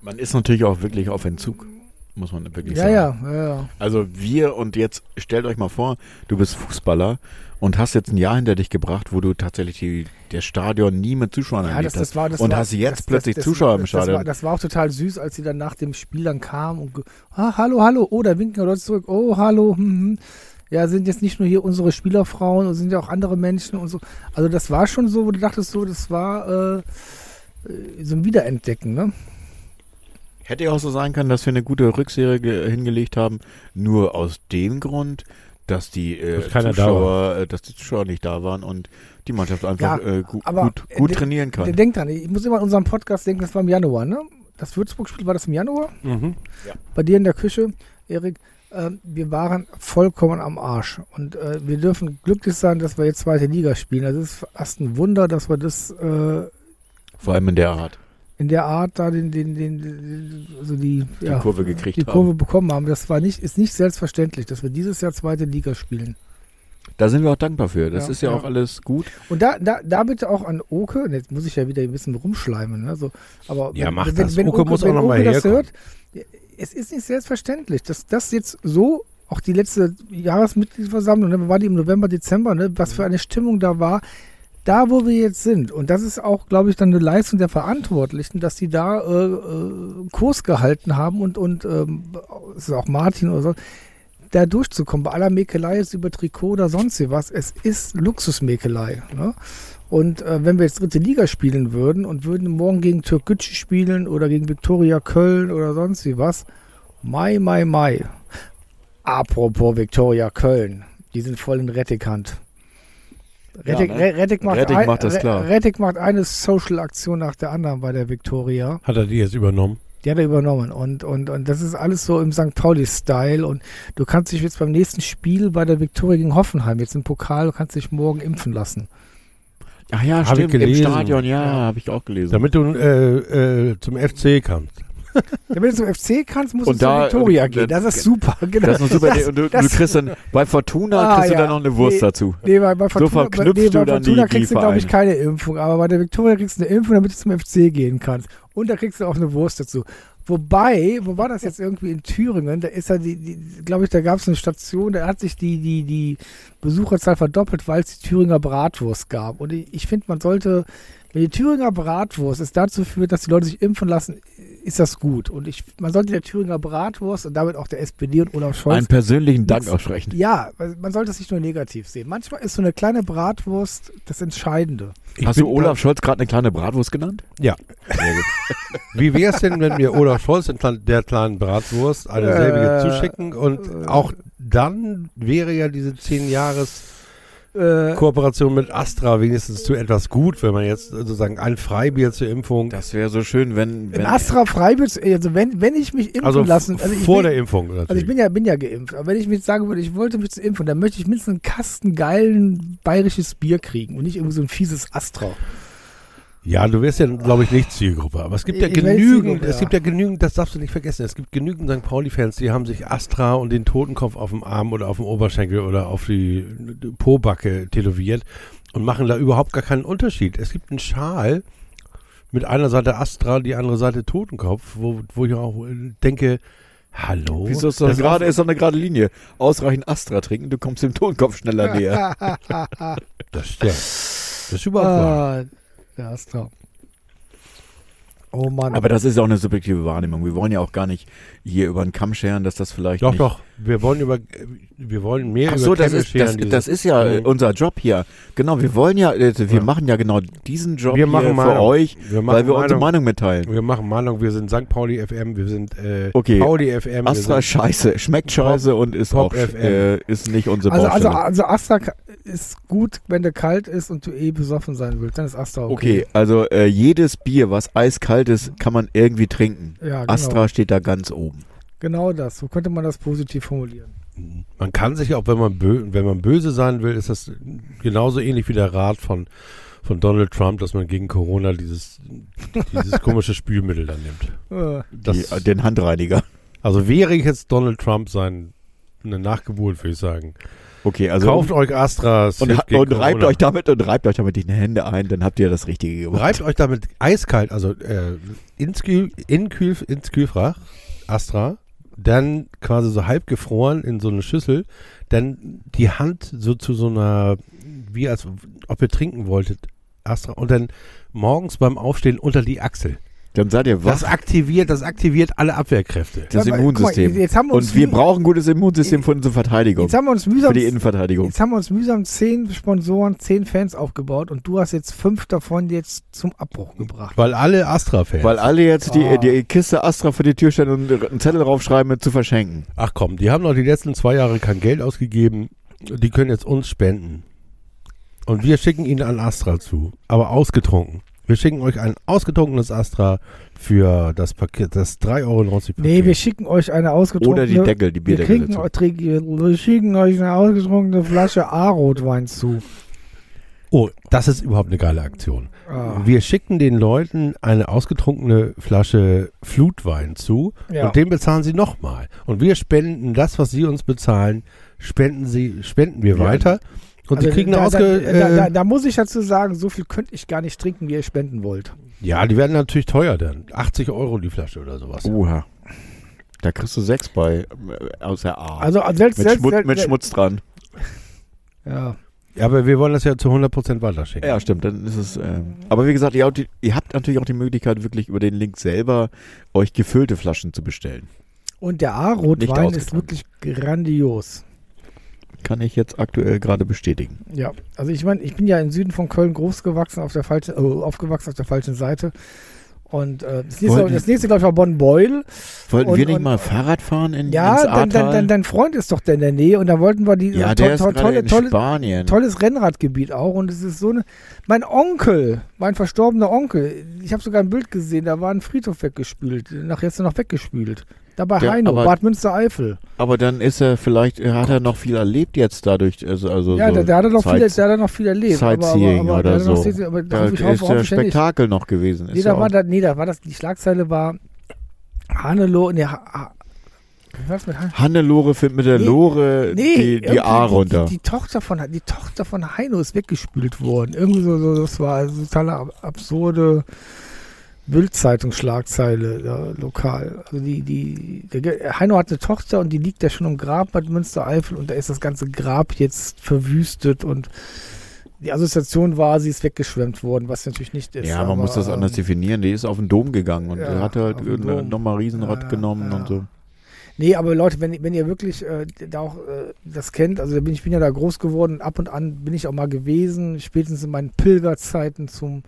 Man ist natürlich auch wirklich auf Entzug, muss man wirklich
Ja,
sagen.
ja, ja, ja.
Also wir und jetzt stellt euch mal vor, du bist Fußballer und hast jetzt ein Jahr hinter dich gebracht, wo du tatsächlich die, das Stadion nie mit Zuschauern
ja
erlebt
das, das
hast.
war, das
und
war,
hast jetzt
das,
plötzlich
das, das,
Zuschauer im
das, das, war,
Stadion.
das war auch total süß, als sie dann nach dem Spiel dann kamen und, ge- ah, hallo, hallo, oh, da winken ja Leute zurück, oh, hallo, hm, hm. ja, sind jetzt nicht nur hier unsere Spielerfrauen, und sind ja auch andere Menschen und so. Also das war schon so, wo du dachtest so, das war äh, äh, so ein Wiederentdecken, ne?
Hätte ja auch so sein können, dass wir eine gute Rückserie ge- hingelegt haben, nur aus dem Grund, dass die, äh,
Dass keiner da
Zuschauer, äh, dass die Zuschauer nicht da waren und die Mannschaft einfach
Ja,
äh, gu
aber,
gut,
äh,
gut
der-
trainieren kann.
Denk dran, ich muss immer an unseren Podcast denken, das war im Januar, ne? Das Würzburg-Spiel war das im Januar?
Mhm.
bei dir in der Küche, Erik, ähm, wir waren vollkommen am Arsch. Und äh, wir dürfen glücklich sein, dass wir jetzt zweite Liga spielen. Das ist fast ein Wunder, dass wir das äh,
Vor allem in der Art,
in der Art da den, den, den, den also die,
die
ja,
Kurve gekriegt
die
haben.
Kurve bekommen haben. Das war nicht, ist nicht selbstverständlich, dass wir dieses Jahr zweite Liga spielen.
Da sind wir auch dankbar für. Das
Ja,
ist ja,
ja.
auch alles gut.
Und da, da, da bitte auch an Oke, und jetzt muss ich ja wieder ein bisschen rumschleimen, ne? So, aber
Ja, mach das. Oke muss auch
wenn
noch mal
Oke das
herkommen.
hört, es ist nicht selbstverständlich, dass das jetzt so, auch die letzte Jahresmitgliederversammlung, ne, war die im November, Dezember, ne, was
Mhm.
für eine Stimmung da war, da wo wir jetzt sind, und das ist auch, glaube ich, dann eine Leistung der Verantwortlichen, dass die da äh, äh, Kurs gehalten haben und, und ähm, es ist auch Martin oder so, da durchzukommen, bei aller Mäkelei ist über Trikot oder sonst wie was, es ist Luxusmäkelei. Ne? Und äh, wenn wir jetzt dritte Liga spielen würden und würden morgen gegen Türkgücü spielen oder gegen Viktoria Köln oder sonst wie was, Mai, Mai, Mai. Apropos Viktoria Köln, die sind voll in Rettighand. Rettig,
Ja, ne?
Re- Rettig, macht,
Rettig
ein,
macht das
Re-
klar.
Rettig macht eine Social-Aktion nach der anderen bei der Viktoria.
Hat er die jetzt übernommen?
Die hat er übernommen. Und, und, und das ist alles so im St. Pauli-Style. Und du kannst dich jetzt beim nächsten Spiel bei der Viktoria gegen Hoffenheim, jetzt im Pokal, du kannst dich morgen impfen lassen.
Ach ja,
Hab ich
stimmt. Im
gelesen.
Stadion, ja, habe ich auch gelesen.
Damit du äh, äh, zum FC kannst.
Damit du zum FC kannst, musst
Und
du
da- äh,
zur Viktoria
und-
gehen. Das ist super. Genau.
Das ist eine super
Das-
Idee. Und du,
das-
du kriegst dann bei Fortuna
Ah,
kriegst
ja.
du dann noch eine Wurst
Nee.
dazu.
Nee, bei, bei Fortuna, bei,
verknüpfst
nee,
du
bei
dann
Fortuna
die-
kriegst
die
du, glaube ich,
Vereine.
keine Impfung. Aber bei der Viktoria kriegst du eine Impfung, damit du zum FC gehen kannst. Und da kriegst du auch eine Wurst dazu. Wobei, wo war das jetzt irgendwie in Thüringen? Da ist ja die, die glaube ich, da gab es eine Station, da hat sich die, die, die Besucherzahl verdoppelt, weil es die Thüringer Bratwurst gab. Und ich, ich finde, man sollte, wenn die Thüringer Bratwurst es dazu führt, dass die Leute sich impfen lassen, ist das gut. Und ich, man sollte der Thüringer Bratwurst und damit auch der SPD und Olaf Scholz
Einen persönlichen Dank
Nix.
aussprechen.
ja, weil man sollte es nicht nur negativ sehen. Manchmal ist so eine kleine Bratwurst das Entscheidende.
Ich
Hast du
bin-
Olaf Scholz gerade eine kleine Bratwurst genannt?
Ja. Wie wäre es denn, wenn wir Olaf Scholz in Plan- der kleinen Bratwurst eine
Äh,
selbige zuschicken und auch dann wäre ja diese 10 Jahres
Äh,
Kooperation mit Astra wenigstens zu etwas gut, wenn man jetzt sozusagen ein Freibier zur Impfung,
Das wäre so schön, wenn.
Im Astra Freiburg, also wenn, wenn ich mich impfen
also
lassen, also ich,
vor
bin,
der Impfung natürlich.
also ich bin ja bin ja geimpft, aber wenn ich mir jetzt sagen würde, ich wollte mich zu impfen, dann möchte ich mindestens einen Kasten geilen bayerisches Bier kriegen und nicht irgendwie so ein fieses Astra.
ja, du wärst ja, glaube ich, nicht Zielgruppe, aber es gibt ja
Ich- ich weiß
genügend,
Zielgruppe,
es
ja.
gibt ja genügend, das darfst du nicht vergessen, es gibt genügend St. Pauli-Fans, die haben sich Astra und den Totenkopf auf dem Arm oder auf dem Oberschenkel oder auf die Pobacke tätowiert und machen da überhaupt gar keinen Unterschied. Es gibt einen Schal mit einer Seite Astra, die andere Seite Totenkopf, wo, wo ich auch äh, denke, hallo?
Wieso ist doch
Das-
gerade, ist doch eine gerade Linie. Ausreichend Astra trinken, du kommst dem Tonkopf schneller näher.
Das stimmt. Das ist überhaupt wahr.
Ah, der Astra. Oh Mann.
Aber das ist ja auch eine subjektive Wahrnehmung. Wir wollen ja auch gar nicht hier über den Kamm scheren, dass das vielleicht.
Doch,
nicht
doch. Wir wollen über, wir wollen mehr
Ach so,
über
das
Kämme
ist, das,
scheren,
das
dieses-
ist ja äh,
Mhm.
unser Job hier. Genau, wir wollen ja, äh, wir
Ja.
machen ja genau diesen Job
Wir machen
hier äh, für
Meinung.
euch,
wir machen
weil wir unsere
Meinung,
Meinung mitteilen.
wir machen Meinung. Wir sind St. Pauli FM, wir sind äh,
Okay.
Pauli FM. wir
Astra ist
sind,
scheiße, schmeckt scheiße und ist
Pop
auch sch-
FM.
äh, ist nicht unsere
also, also,
Baustelle.
also Astra ka- ist gut, wenn der kalt ist und du eh besoffen sein willst, dann ist Astra
ah,
okay.
okay, also äh, jedes Bier, was eiskalt ist, kann man irgendwie trinken.
Ja, genau.
Astra steht da ganz oben.
Genau das. So könnte man das positiv formulieren.
Man kann sich auch, wenn man, bö wenn man böse sein will, ist das genauso ähnlich wie der Rat von, von Donald Trump, dass man gegen Corona dieses, dieses komische Spülmittel dann nimmt.
Äh,
Das,
Die, den Handreiniger.
also wäre ich jetzt Donald Trump sein, eine Nachgeburt, würde ich sagen.
Okay, also
Kauft euch Astras.
und,
hilft
und,
gegen
und reibt
Corona.
euch damit und reibt euch damit die Hände ein, dann habt ihr das Richtige gemacht.
Reibt euch damit eiskalt, also äh, ins, Kühl, in Kühl, ins Kühlfach, Astra, dann quasi so halb gefroren in so eine Schüssel, dann die Hand so zu so einer, wie als ob ihr trinken wolltet, Astra, und dann morgens beim Aufstehen unter die Achsel.
Dann seid ihr
Das
was?
aktiviert, das aktiviert alle Abwehrkräfte.
Das
Guck mal,
Immunsystem.
jetzt haben wir uns
und wir
wie-
brauchen ein gutes Immunsystem für unsere Verteidigung.
jetzt haben wir uns
Für
mühsam,
die Innenverteidigung.
jetzt haben wir uns mühsam zehn Sponsoren, zehn Fans aufgebaut und du hast jetzt fünf davon jetzt zum Abbruch gebracht.
Weil alle Astra-Fans.
Weil alle jetzt die,
Ah.
die Kiste Astra vor die Tür stellen und einen Zettel draufschreiben mit zu verschenken.
Ach komm, die haben doch die letzten zwei Jahre kein Geld ausgegeben. Die können jetzt uns spenden. Und wir schicken ihnen ein Astra zu, aber ausgetrunken. Wir schicken euch ein ausgetrunkenes Astra für das Paket, das 3,90 Euro Paket.
Nee, wir schicken euch eine ausgetrunkene
Oder die Deckel, die
wir,
Bierdeckel
kriegen,
dazu.
trink- wir schicken euch eine ausgetrunkene Flasche A-Rotwein zu.
oh, das ist überhaupt eine geile Aktion.
Ah,
Wir schicken den Leuten eine ausgetrunkene Flasche Flutwein zu
Ja.
und den bezahlen sie nochmal. Und wir spenden das, was sie uns bezahlen, spenden sie, spenden wir
Ja.
weiter. Und sie
also
kriegen
da,
eine ausge...
da, da,
äh,
da, da muss ich dazu sagen, so viel könnte ich gar nicht trinken, wie ihr spenden wollt.
Ja, die werden natürlich teuer dann. 80 Euro die Flasche oder sowas.
Oha. Da kriegst du sechs bei äh, aus der A.
Also selbst,
mit,
selbst,
Schmutz,
selbst
mit Schmutz dran.
Ja.
Ja, aber wir wollen das ja zu 100% weiterschicken.
Ja, stimmt. Dann ist es. ähm, aber wie gesagt, ihr habt, die, ihr habt natürlich auch die Möglichkeit, wirklich über den Link selber euch gefüllte Flaschen zu bestellen.
Und der
Nicht
A-Rotwein ist
ausgetrunken.
wirklich grandios.
Kann ich jetzt aktuell gerade bestätigen.
Ja, also ich meine, ich bin ja im Süden von Köln groß gewachsen, auf der falschen, äh, aufgewachsen auf der falschen Seite. Und äh, das nächste,
Wollten-
das nächste glaube ich, war Bonn-Beul.
Wollten
Und-
wir nicht
und-
mal Fahrrad fahren in, ins
Ja, dein, dein,
Ahrtal?
dein, dein Freund ist doch da in der Nähe und da wollten wir die
ja,
to-
der ist
to-
gerade
tolle,
in
tolle,
Spanien.
tolles Rennradgebiet auch und es ist so eine. Mein Onkel, mein verstorbener Onkel, ich habe sogar ein Bild gesehen, da war ein Friedhof weggespült, nachher ist er noch weggespült. Da bei
Ja,
Heino,
aber-
Bad Münstereifel.
Aber dann ist er vielleicht, hat er noch viel erlebt jetzt dadurch. Also, also
Ja,
so
da, da, hat er noch viel,
Zeit-
da hat er noch viel erlebt. aber- aber,
Sightseeing
aber,
oder
da hat er noch
so.
sehr- Aber da
Da
hoffe ich, hoffe,
ist
hoffe
der
ich ja nicht.
Spektakel noch gewesen. Ist
Nee,
ja
da
auch-
war da, nee, da war das, die Schlagzeile war Hanelo, nee, ha, ha, was mit Han
Hannelore findet mit der
Nee,
Lore Äh, die, die
irgendwie
A runter.
Die, die, Tochter von, die Tochter von Heino ist weggespült worden. Irgendwie so, so das war also total ab- absurde Bildzeitungsschlagzeile ja, lokal. Also die, die, der, Ge- Heino hat eine Tochter und die liegt ja schon im Grab Bad Münstereifel und da ist das ganze Grab jetzt verwüstet und die Assoziation war, sie ist weggeschwemmt worden, was natürlich nicht ist.
ja, man muss das
ähm,
anders definieren. Die ist auf den Dom gegangen und
ja,
hat halt
auf den Dom.
nochmal Riesenrad
Ja,
genommen
ja.
und so.
Nee, aber Leute, wenn, wenn ihr wirklich äh, da auch äh, das kennt, also da bin ich bin ja da groß geworden, ab und an bin ich auch mal gewesen, spätestens in meinen Pilgerzeiten zum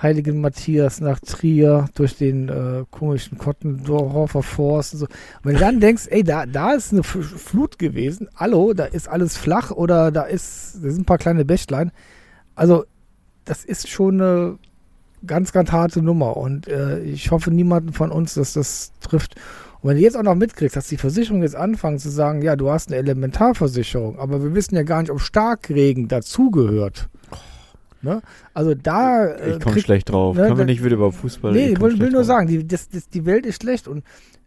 Heiligen Matthias nach Trier durch den äh, komischen Kottendorfer Forst und so. Und wenn du dann denkst, ey, da, da ist eine F Flut gewesen, hallo, da ist alles flach oder da ist, da sind ein paar kleine Bächlein. Also, das ist schon eine ganz, ganz harte Nummer und äh, ich hoffe niemanden von uns, dass das trifft. Und wenn du jetzt auch noch mitkriegst, dass die Versicherung jetzt anfangen zu sagen, ja, du hast eine Elementarversicherung, aber wir wissen ja gar nicht, ob Starkregen dazugehört. Ne? Also da äh,
Oh. Ich komme
kriegt-
schlecht drauf.
ne,
Können wir
da-
nicht wieder über Fußball
Nee, ich
komm
will, will
schlecht
nur
drauf.
sagen, die, das, das, die Welt ist schlecht und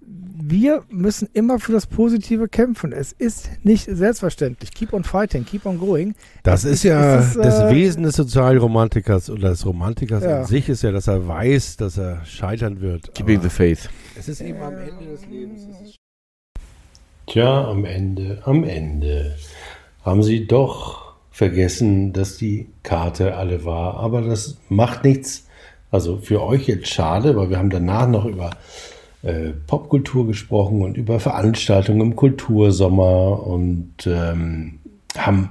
wir müssen immer für das Positive kämpfen. Es ist nicht selbstverständlich. Keep on fighting, keep on going.
Das
Es
ist ja
es ist,
das
äh,
Wesen des Sozialromantikers oder des Romantikers
Ja.
an sich ist ja, dass er weiß, dass er scheitern wird.
Keeping the faith.
es ist eben am Ende des Lebens. Tja, am Ende, am Ende haben sie doch vergessen, dass die Karte alle war. Aber das macht nichts. Also für euch jetzt schade, weil wir haben danach noch über äh, Popkultur gesprochen und über Veranstaltungen im Kultursommer und ähm, haben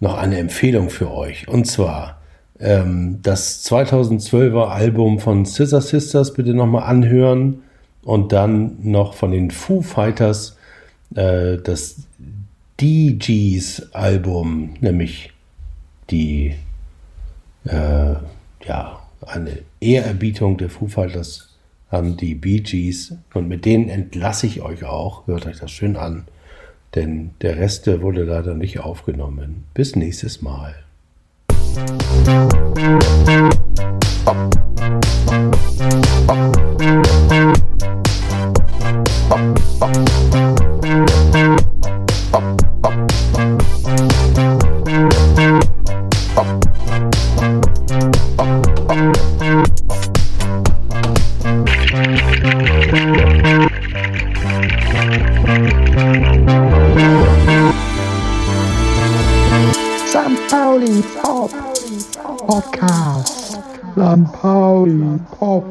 noch eine Empfehlung für euch. Und zwar ähm, das 2012er Album von Scissor Sisters bitte nochmal anhören und dann noch von den Foo Fighters äh, das DGs Album, nämlich die äh, ja, eine Ehrerbietung der Foo Fighters an die Bee Gees. Und mit denen entlasse ich euch auch. Hört euch das schön an.
denn der Rest äh, wurde leider nicht aufgenommen. Bis nächstes Mal.
Sam Pauli Pop Podcast. Sam Pauli Pop